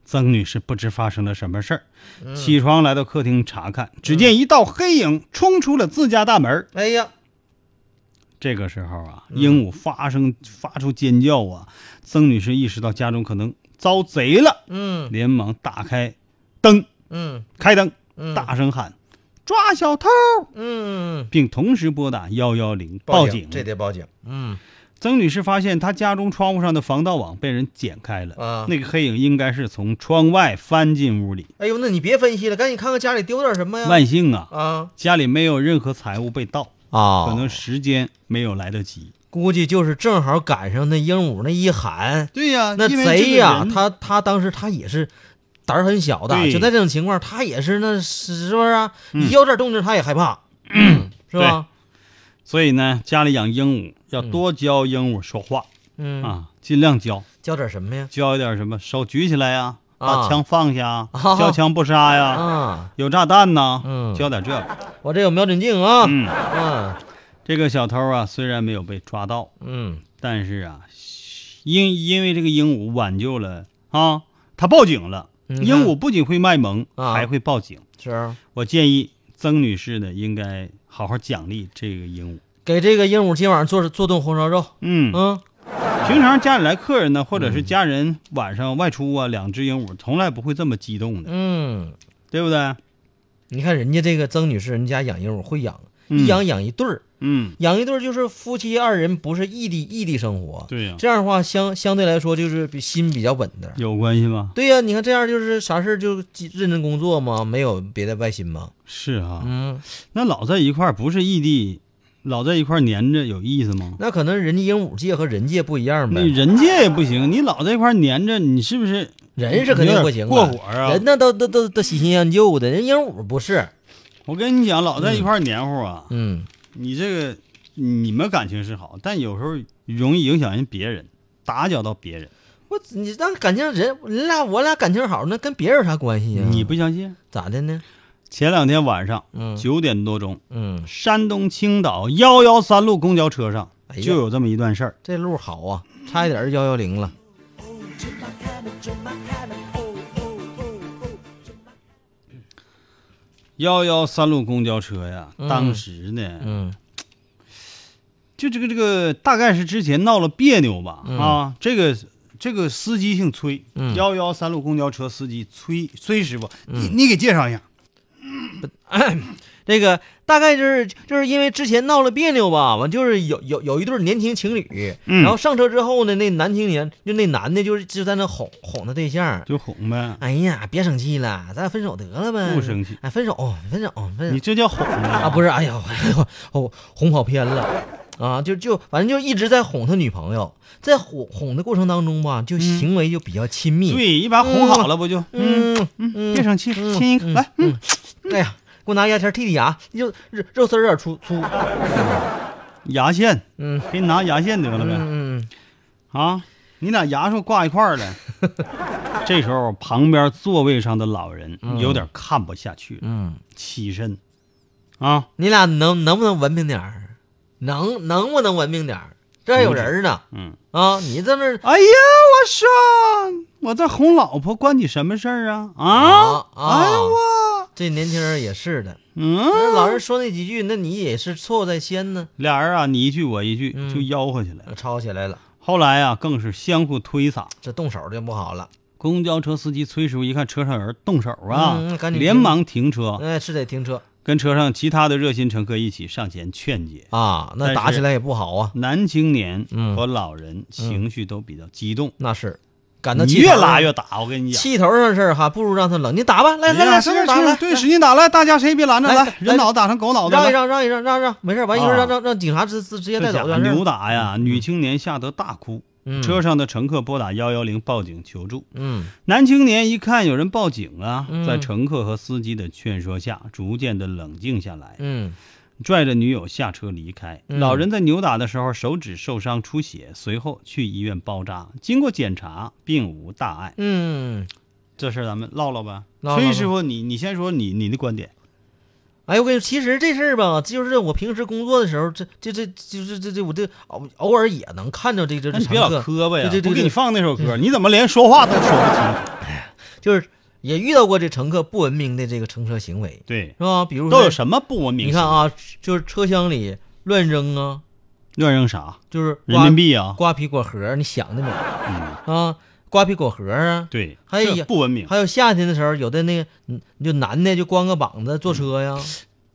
Speaker 1: 曾女士不知发生了什么事儿，起床来到客厅查看，
Speaker 2: 嗯
Speaker 1: 只见一道黑影冲出了自家大门。
Speaker 2: 哎呀，
Speaker 1: 这个时候啊，
Speaker 2: 嗯
Speaker 1: 鹦鹉发声发出尖叫啊，曾女士意识到家中可能遭贼了，
Speaker 2: 嗯
Speaker 1: 连忙打开灯，
Speaker 2: 嗯
Speaker 1: 开灯，
Speaker 2: 嗯
Speaker 1: 大声喊：“抓小偷！”
Speaker 2: 嗯，
Speaker 1: 并同时拨打幺幺零
Speaker 2: 报
Speaker 1: 警。
Speaker 2: 这得报警。嗯
Speaker 1: 曾女士发现她家中窗户上的防盗网被人剪开了，
Speaker 2: 啊
Speaker 1: 那个黑影应该是从窗外翻进屋里。
Speaker 2: 哎呦，那你别分析了，赶紧看看家里丢点什么呀？
Speaker 1: 万幸啊，
Speaker 2: 啊
Speaker 1: 家里没有任何财物被盗，
Speaker 2: 啊
Speaker 1: 可能时间没有来得及。
Speaker 2: 估计就是正好赶上那鹦鹉那一喊，
Speaker 1: 对呀、
Speaker 2: 那
Speaker 1: 啊因为这
Speaker 2: 贼
Speaker 1: 个
Speaker 2: 呀、
Speaker 1: 人
Speaker 2: 他他当时他也是胆儿很小的，
Speaker 1: 对嗯
Speaker 2: 就在这种情况，他也是那是是不是啊？你有点动静，他也害怕， 是吧？
Speaker 1: 所以呢，家里养鹦鹉要
Speaker 2: 嗯
Speaker 1: 多教鹦鹉说话、
Speaker 2: 嗯，
Speaker 1: 啊，尽量教，
Speaker 2: 教点什么呀？
Speaker 1: 教一点什么，手举起来呀、
Speaker 2: 啊
Speaker 1: 把枪放下，
Speaker 2: 啊
Speaker 1: 交枪不杀呀，
Speaker 2: 啊，
Speaker 1: 有炸弹呐、
Speaker 2: 嗯
Speaker 1: 教点这个。
Speaker 2: 我这有瞄准镜啊，
Speaker 1: 嗯，
Speaker 2: 嗯
Speaker 1: 这个小偷啊，虽然没有被抓到，
Speaker 2: 嗯
Speaker 1: 但是啊，因因为这个鹦鹉挽救了啊，他报警了。
Speaker 2: 嗯
Speaker 1: 鹦鹉不仅会卖萌，
Speaker 2: 啊
Speaker 1: 还会报警。
Speaker 2: 是啊
Speaker 1: 我建议曾女士呢，应该好好奖励这个鹦鹉。
Speaker 2: 给这个鹦鹉今晚上做做顿红烧肉，
Speaker 1: 嗯，
Speaker 2: 嗯
Speaker 1: 平常家里来客人呢，或者是家人晚上外出啊，两只鹦鹉从来不会这么激动的，
Speaker 2: 嗯，
Speaker 1: 对不对？
Speaker 2: 你看人家这个曾女士，人家养鹦鹉会养，一
Speaker 1: 嗯
Speaker 2: 养养一对儿，
Speaker 1: 嗯，
Speaker 2: 养一对儿就是夫妻二人不是异地异地生活，
Speaker 1: 对呀嗯
Speaker 2: 这样的话相相对来说就是比心比较稳当。
Speaker 1: 有关系吗？
Speaker 2: 对呀、你看这样就是啥事儿就记认真工作嘛，没有别的外心嘛。
Speaker 1: 是啊，
Speaker 2: 嗯，
Speaker 1: 那老在一块儿不是异地，老在一块儿粘着有意思吗？
Speaker 2: 那可能人家鹦鹉界和人界不一样呗
Speaker 1: 你，人家也不行，你老在一块儿粘着，你是不是
Speaker 2: 人是肯定不
Speaker 1: 有
Speaker 2: 行
Speaker 1: 点
Speaker 2: 的，
Speaker 1: 过火啊？
Speaker 2: 人那都都都都喜新厌旧的，人鹦鹉不是。
Speaker 1: 我跟你讲，老在一块儿黏糊啊，
Speaker 2: 嗯，
Speaker 1: 你这个你们感情是好，但有时候容易影响人别人，打搅到别人。
Speaker 2: 我你那感情人，人俩我俩感情好，那跟别人有啥关系呀、
Speaker 1: 你不相信？
Speaker 2: 咋的呢？
Speaker 1: 前两天晚上
Speaker 2: 嗯
Speaker 1: 九点多钟，
Speaker 2: 嗯，
Speaker 1: 山东青岛幺幺三路公交车上
Speaker 2: 哎呀
Speaker 1: 就有这么一段事儿。
Speaker 2: 这路好啊，差一点幺幺零了。
Speaker 1: 幺幺三路公交车呀，
Speaker 2: 嗯
Speaker 1: 当时呢，
Speaker 2: 嗯
Speaker 1: 就这个这个，大概是之前闹了别扭吧，
Speaker 2: 嗯
Speaker 1: 啊，这个这个司机姓崔
Speaker 2: 嗯，
Speaker 1: 幺幺三路公交车司机崔崔师傅，你你给介绍一下。
Speaker 2: 嗯 这个大概就是就是因为之前闹了别扭吧，完就是有有有一对年轻情侣，
Speaker 1: 嗯
Speaker 2: 然后上车之后呢，那男青年就那男的就是就在那哄哄他对象，
Speaker 1: 就哄呗，
Speaker 2: 哎呀，别生气了，咱俩分手得了呗，
Speaker 1: 不生气
Speaker 2: 哎，分手，分手，分
Speaker 1: 你
Speaker 2: 手
Speaker 1: 这叫哄啊
Speaker 2: 啊，不是，哎呀，我我我 哄跑偏了。啊，就就反正就一直在哄他女朋友，在哄哄的过程当中吧，就行为就比较亲密。，
Speaker 1: 对，一般哄好了不就嗯
Speaker 2: 嗯
Speaker 1: 嗯，别生气，亲一个来，嗯，
Speaker 2: 哎呀，给我拿牙签剔剔牙，肉肉肉丝儿有点粗粗。
Speaker 1: 牙线，
Speaker 2: 嗯，
Speaker 1: 给你拿牙线得了呗
Speaker 2: 嗯嗯
Speaker 1: 啊，你俩牙刷挂一块儿 了。这时候旁边座位上的老人有点看不下去了，
Speaker 2: 嗯。
Speaker 1: 起身啊，
Speaker 2: 你俩能能不能文明点儿？能能不能文明点儿？这还有人呢
Speaker 1: 嗯，
Speaker 2: 啊！你在那儿
Speaker 1: 哎呀，我说我在哄老婆，关你什么事儿啊啊
Speaker 2: 啊啊
Speaker 1: 哎我
Speaker 2: 这年轻人也是的，
Speaker 1: 嗯，
Speaker 2: 那老人说那几句，那你也是错误在先呢，
Speaker 1: 俩人啊你一句我一句
Speaker 2: 嗯
Speaker 1: 就吆喝起来了，
Speaker 2: 吵起来了，
Speaker 1: 后来啊更是相互推搡。
Speaker 2: 这动手就不好了。
Speaker 1: 公交车司机崔师傅一看车上有人动手啊，
Speaker 2: 嗯赶紧
Speaker 1: 连忙停车，
Speaker 2: 哎，是得停车
Speaker 1: 跟车上其他的热心乘客一起上前劝解。
Speaker 2: 啊，那打
Speaker 1: 但是
Speaker 2: 起来也不好啊，
Speaker 1: 男青年
Speaker 2: 嗯
Speaker 1: 和老人情绪都比较激动，
Speaker 2: 啊那是感到
Speaker 1: 你
Speaker 2: 气头
Speaker 1: 越
Speaker 2: 上
Speaker 1: 拉越打。我跟你讲，哎
Speaker 2: 气头上的事儿哈，不如让他冷，你打吧，来
Speaker 1: 你
Speaker 2: 来
Speaker 1: 俩
Speaker 2: 来，
Speaker 1: 使
Speaker 2: 使
Speaker 1: 劲
Speaker 2: 劲打来，
Speaker 1: 对，使劲打来，大家谁也别拦着，
Speaker 2: 来
Speaker 1: 来
Speaker 2: 来，
Speaker 1: 人脑打成狗脑袋，
Speaker 2: 让一
Speaker 1: 来
Speaker 2: 让让一让让让，没事儿，完一会儿
Speaker 1: 啊
Speaker 2: 让让让警察直直直接
Speaker 1: 这
Speaker 2: 带走
Speaker 1: 家
Speaker 2: 就
Speaker 1: 伙
Speaker 2: 完事儿
Speaker 1: 扭打呀！女青年吓得大哭，
Speaker 2: 嗯
Speaker 1: 车上的乘客拨打幺幺零报警求助。
Speaker 2: 嗯
Speaker 1: 男青年一看有人报警啊，
Speaker 2: 嗯
Speaker 1: 在乘客和司机的劝说下，逐渐的冷静下来。
Speaker 2: 嗯
Speaker 1: 拽着女友下车离开。
Speaker 2: 嗯
Speaker 1: 老人在扭打的时候手指受伤出血，随后去医院包扎，经过检查并无大碍。
Speaker 2: 嗯，
Speaker 1: 这事儿咱们唠唠呗。
Speaker 2: 唠唠
Speaker 1: 崔师傅，你你先说你你的观点。
Speaker 2: 哎，我跟你说，其实这事儿吧，就是我平时工作的时候，这这这就是这这我这偶偶尔也能看到这这
Speaker 1: 那
Speaker 2: 这
Speaker 1: 你别
Speaker 2: 常
Speaker 1: 老
Speaker 2: 客，
Speaker 1: 磕巴呀！
Speaker 2: 对对对
Speaker 1: 我给
Speaker 2: 对
Speaker 1: 你放那首歌，你怎么连说话都说不清？
Speaker 2: 就是也遇到过这乘客不文明的这个乘车行为，
Speaker 1: 对
Speaker 2: 是，吧？比如说
Speaker 1: 都有什么不文明？
Speaker 2: 嗯你看，啊，就是车厢里乱扔啊，
Speaker 1: 乱扔啥？
Speaker 2: 就是
Speaker 1: 人
Speaker 2: 瓜
Speaker 1: 民、币啊？
Speaker 2: 瓜皮果核，你想的美
Speaker 1: 嗯，
Speaker 2: 啊，瓜皮果核啊，
Speaker 1: 对，
Speaker 2: 还有哎
Speaker 1: 这不文明。嗯
Speaker 2: 还有夏天的时候，有的那个嗯，就男的就光个膀子坐车呀，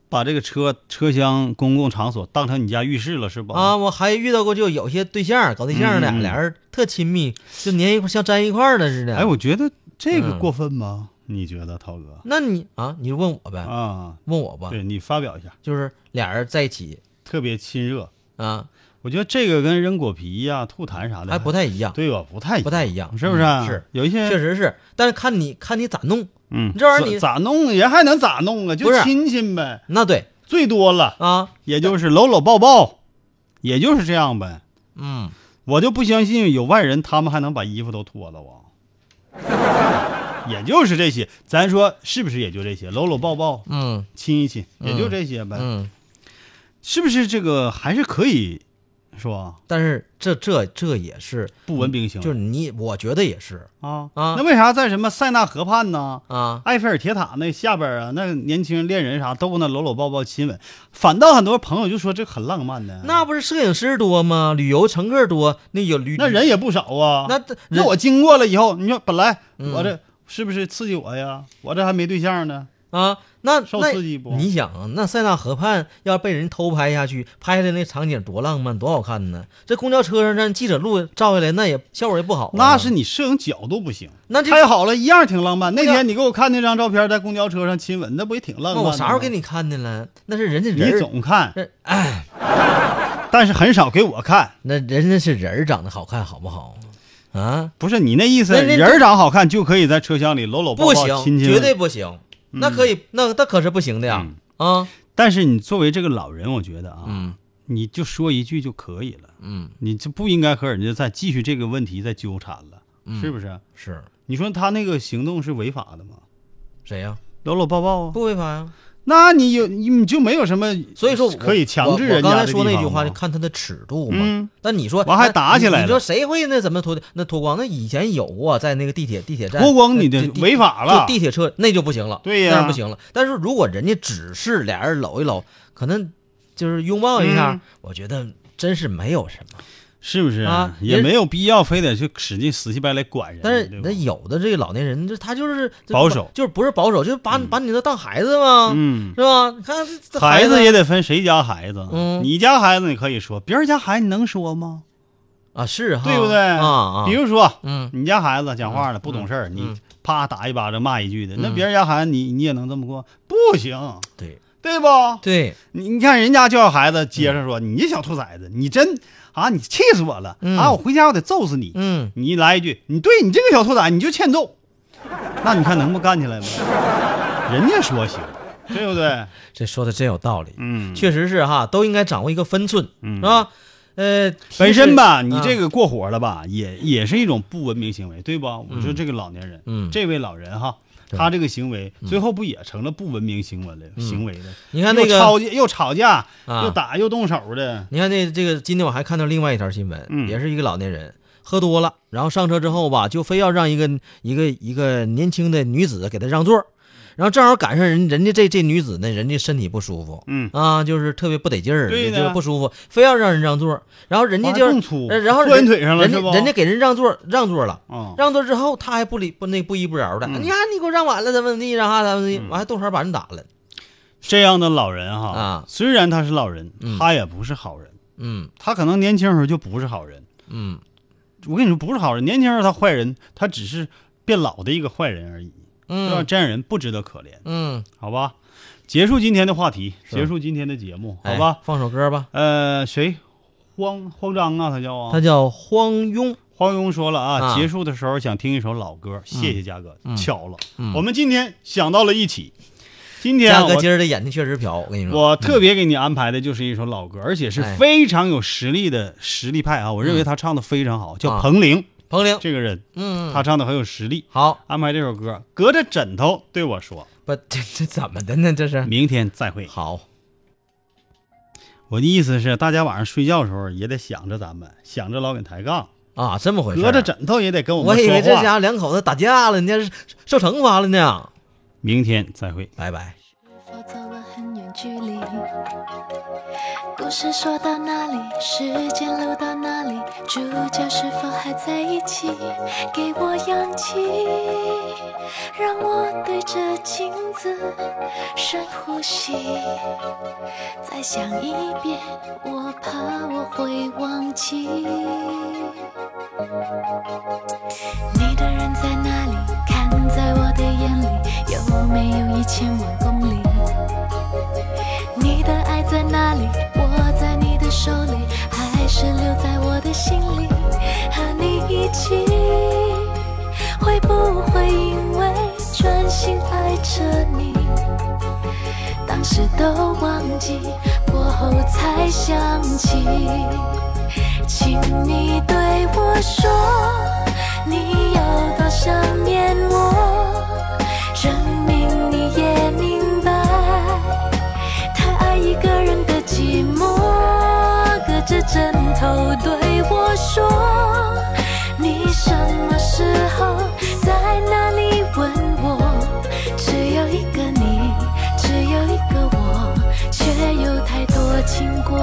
Speaker 1: 把这个车车厢、公共场所当成你家浴室了是吧？
Speaker 2: 啊，，我还遇到过，就有些对象搞对象的，
Speaker 1: 嗯嗯嗯
Speaker 2: 俩人特亲密，就粘一块像粘一块儿的似的。
Speaker 1: 哎，我觉得这个
Speaker 2: 嗯
Speaker 1: 过分吗？你觉得，涛哥？
Speaker 2: 那你啊，你问我呗，
Speaker 1: 啊，
Speaker 2: 问我吧，
Speaker 1: 对你发表一下，
Speaker 2: 就是俩人在一起
Speaker 1: 特别亲热。
Speaker 2: 啊，
Speaker 1: 我觉得这个跟扔果皮呀、吐痰啥的
Speaker 2: 还哎不太一样，
Speaker 1: 对吧？不太
Speaker 2: 不太一样，
Speaker 1: 是不是啊？
Speaker 2: 嗯是，
Speaker 1: 有一些
Speaker 2: 确，实是，但是看你看你咋弄。
Speaker 1: 嗯，
Speaker 2: 这玩意儿你
Speaker 1: 咋咋弄？人还能咋弄啊？就
Speaker 2: 不是
Speaker 1: 亲亲呗，
Speaker 2: 那对
Speaker 1: 最多了，
Speaker 2: 啊，
Speaker 1: 也就是搂搂抱抱，也就是这样呗。
Speaker 2: 嗯，
Speaker 1: 我就不相信有外人他们还能把衣服都脱了啊。 也就是这些，咱说是不是也就这些？搂搂抱抱，
Speaker 2: 嗯
Speaker 1: 亲一亲，
Speaker 2: 嗯
Speaker 1: 也就这些呗。
Speaker 2: 嗯，
Speaker 1: 是不是这个还是可以说
Speaker 2: 但是这这这也是，
Speaker 1: 不文明行为？
Speaker 2: 就是你，我觉得也是
Speaker 1: 啊
Speaker 2: 啊
Speaker 1: 那为啥在什么塞纳河畔呢？
Speaker 2: 啊，
Speaker 1: 埃菲尔铁塔那下边啊，那年轻人恋人啥都跟那搂搂抱抱亲吻，反倒很多朋友就说这很浪漫的。
Speaker 2: 嗯那不是摄影师多吗？旅游乘客多，那有旅
Speaker 1: 那人也不少啊。
Speaker 2: 那这
Speaker 1: 那我经过了以后，你说本来
Speaker 2: 嗯
Speaker 1: 我这是不是刺激我呀？我这还没对象呢。
Speaker 2: 啊，那
Speaker 1: 受
Speaker 2: 那
Speaker 1: 刺激不
Speaker 2: 你想啊，那塞纳河畔要被人偷拍下去，拍下来那场景多浪漫，多好看呢！这公交车上让记者录照下来，那也效果也不好啊、
Speaker 1: 那是你摄影角度不行，
Speaker 2: 那这
Speaker 1: 拍好了一样挺浪漫。那
Speaker 2: 呀
Speaker 1: 天你给我看那张照片，在公交车上亲吻，那不也挺浪漫的
Speaker 2: 那
Speaker 1: 吗？
Speaker 2: 我啥时候给你看的了？那是人家人
Speaker 1: 你
Speaker 2: 儿，
Speaker 1: 总看，
Speaker 2: 这哎，
Speaker 1: 但是很少给我看。
Speaker 2: 那人家是人儿长得好看，好不好？啊，
Speaker 1: 不是你那意思，
Speaker 2: 那那
Speaker 1: 人儿长好看就可以在车厢里搂搂抱
Speaker 2: 不
Speaker 1: 抱、
Speaker 2: 行，
Speaker 1: 亲嗯亲。
Speaker 2: 绝对。不行，那可以，那那可是不行的呀！
Speaker 1: 嗯
Speaker 2: 啊，
Speaker 1: 但是你作为这个老人，我觉得啊，
Speaker 2: 嗯
Speaker 1: 你就说一句就可以了，
Speaker 2: 嗯，
Speaker 1: 你就不应该和人家再继续这个问题再纠缠了，
Speaker 2: 嗯
Speaker 1: 是不是？
Speaker 2: 是
Speaker 1: 你说他那个行动是违法的吗？
Speaker 2: 谁呀、
Speaker 1: 搂搂抱抱啊，
Speaker 2: 不违法呀。
Speaker 1: 那你有你就没有什么，
Speaker 2: 所以说我
Speaker 1: 可以强制
Speaker 2: 我我
Speaker 1: 人家
Speaker 2: 刚才
Speaker 1: 的
Speaker 2: 说
Speaker 1: 地
Speaker 2: 那
Speaker 1: 方
Speaker 2: 句话
Speaker 1: 吗
Speaker 2: 就看他的尺度嘛。
Speaker 1: 嗯
Speaker 2: 但你说
Speaker 1: 完还打起来
Speaker 2: 你，
Speaker 1: 了
Speaker 2: 你说谁会那怎么脱的那脱光？那以前有啊，在那个地铁地铁站
Speaker 1: 脱光你
Speaker 2: 呃
Speaker 1: 的
Speaker 2: 就地
Speaker 1: 违法了
Speaker 2: 就地铁车那就不行了，
Speaker 1: 对呀
Speaker 2: 那不行了。但是如果人家只是俩人搂一搂，可能就是拥抱一下，
Speaker 1: 嗯
Speaker 2: 我觉得真是没有什么。
Speaker 1: 是不是
Speaker 2: 啊
Speaker 1: 也
Speaker 2: 人
Speaker 1: 没有必要非得去使劲死乞白赖管人。
Speaker 2: 但是
Speaker 1: 对吧
Speaker 2: 那有的这个老年人，就他就是
Speaker 1: 保守
Speaker 2: 就是不是保守，就是把把你都当孩子嘛，
Speaker 1: 嗯
Speaker 2: 是吧？你看这这
Speaker 1: 孩
Speaker 2: 子
Speaker 1: 子也得分谁家孩子，
Speaker 2: 嗯
Speaker 1: 你家孩子你可以说，别人家孩子你能说吗？
Speaker 2: 啊，是哈，
Speaker 1: 对不对？
Speaker 2: 啊啊，
Speaker 1: 比如说，
Speaker 2: 嗯
Speaker 1: 你家孩子讲话了不懂事儿，你啪打一巴掌骂一句
Speaker 2: 嗯
Speaker 1: 的，那别人家孩子你你也能这么过？不行，
Speaker 2: 对
Speaker 1: 对不？
Speaker 2: 对，
Speaker 1: 你你看人家教孩子接着说，你小兔崽子，你真啊，你气死我了
Speaker 2: 嗯
Speaker 1: 啊！我回家我得揍死你。
Speaker 2: 嗯。
Speaker 1: 你一来一句，你对你这个小兔崽，你就欠揍，那你看能不干起来吗？人家说行，对不对？
Speaker 2: 这说的真有道理，
Speaker 1: 嗯
Speaker 2: 确实是哈，都应该掌握一个分寸，是吧？呃，
Speaker 1: 本身吧，
Speaker 2: 提示
Speaker 1: 你这
Speaker 2: 啊
Speaker 1: 个过火了吧，也也是一种不文明行为，对吧？我说这个老年人，
Speaker 2: 嗯
Speaker 1: 这位老人哈，他这个行为最后不也成了不文明行为了？行为了，
Speaker 2: 嗯你看那
Speaker 1: 又吵
Speaker 2: 个，
Speaker 1: 架又吵架，
Speaker 2: 啊
Speaker 1: 又打又动手的，
Speaker 2: 你看那这个，今天我还看到另外一条新闻，
Speaker 1: 嗯
Speaker 2: 也是一个老年人喝多了，然后上车之后吧，就非要让一个一个一个年轻的女子给他让座儿，然后正好赶上人人家这这女子呢，人家身体不舒服。
Speaker 1: 嗯，
Speaker 2: 啊，就是特别不得劲儿，
Speaker 1: 对呢
Speaker 2: 就是不舒服，非要让人让座儿，然后人家就
Speaker 1: 哇
Speaker 2: 是
Speaker 1: 更粗
Speaker 2: 呃然后
Speaker 1: 坐人
Speaker 2: 人
Speaker 1: 腿上了
Speaker 2: 人家
Speaker 1: 是不
Speaker 2: 人家给人让座儿让座儿了，
Speaker 1: 啊，
Speaker 2: 让座之后，他还不理不那不依不
Speaker 1: 嗯
Speaker 2: 饶的，你看你给我让晚了，怎么怎么地，让哈怎么地，完还动手把人打了。
Speaker 1: 这样的老人哈，
Speaker 2: 啊
Speaker 1: 虽然他是老人，
Speaker 2: 嗯
Speaker 1: 他也不是好人，
Speaker 2: 嗯
Speaker 1: 他可能年轻时候就不是好人。
Speaker 2: 嗯，
Speaker 1: 我跟你说，不是好人，年轻时候他坏人，他只是变老的一个坏人而已，对吧？
Speaker 2: 嗯
Speaker 1: 这样人不值得可怜，
Speaker 2: 嗯，
Speaker 1: 好吧？结束今天的话题，结束今天的节目，好
Speaker 2: 哎
Speaker 1: 吧？
Speaker 2: 放首歌吧，
Speaker 1: 呃，谁？慌慌张啊，他叫啊。
Speaker 2: 他叫荒庸，
Speaker 1: 黄庸说了啊，
Speaker 2: 啊
Speaker 1: 结束的时候想听一首老歌，谢谢嘉哥，巧了，
Speaker 2: 嗯
Speaker 1: 我们今天想到了一起。今天啊
Speaker 2: 嘉哥今
Speaker 1: 我
Speaker 2: 儿的眼睛确实瓢，我跟你说，嗯
Speaker 1: 我特别给你安排的就是一首老歌，而且是
Speaker 2: 哎嗯
Speaker 1: 非常有实力的实力派啊，我认为他唱的非常好，叫
Speaker 2: 啊
Speaker 1: 彭羚
Speaker 2: 彭玲，
Speaker 1: 这个人，
Speaker 2: 嗯，
Speaker 1: 他唱的很有实力。
Speaker 2: 好，
Speaker 1: 安排这首歌，隔着枕头对我说
Speaker 2: 不，这这怎么的呢？这：“是
Speaker 1: 明天再会。
Speaker 2: 好，”
Speaker 1: 我的意思是，大家晚上睡觉的时候也得想着咱们，想着老梗抬杠，
Speaker 2: 啊，这么回事儿，
Speaker 1: 隔着枕头也得跟我
Speaker 2: 我
Speaker 1: 们
Speaker 2: 以为这
Speaker 1: 说话。
Speaker 2: 家伙两口子打架了，人家是受惩罚了呢，
Speaker 1: 明天再会。
Speaker 2: 拜拜。
Speaker 4: 风否走了很远距离？故事说到哪里，时间流到哪里，主角是否还在一起？给我氧气，让我对着镜子深呼吸。再想一遍，我怕我会忘记。你的人在哪里？看在我的眼里，有没有一千万公里？你的爱在哪里？握在你的手里，还是留在我的心里？和你一起，会不会因为专心爱着你，当时都忘记，过后才想起？请你对我说，你有多想念我，证明你也明白，太爱一个人的寂寞。隔着枕头对我说，你什么时候在哪里吻我？只有一个你，只有一个我，却有太多经过。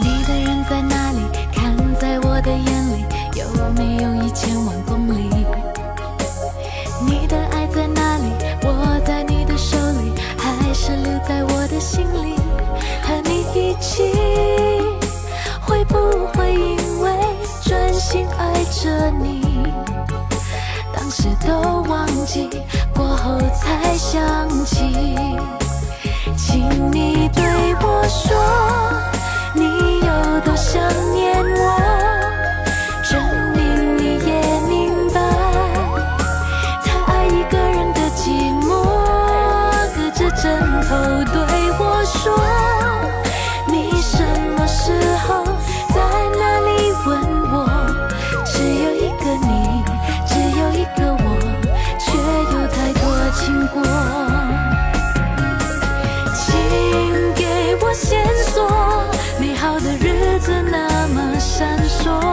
Speaker 4: 你的人在哪里？看在我的眼里，有没有一千万公里？你的爱在哪里？握在你的手里，还是留在我的心里？和你一起，会不会因为专心爱着你，当时都忘记，过后才想起？请你对我说，你有多想念我，证明你也明白，太爱一个人的寂寞。隔着枕头对我说，你什么时候在哪里吻我？只有一个你，只有一个我，却有太多经过。请给我线索，美好的日子那么闪烁。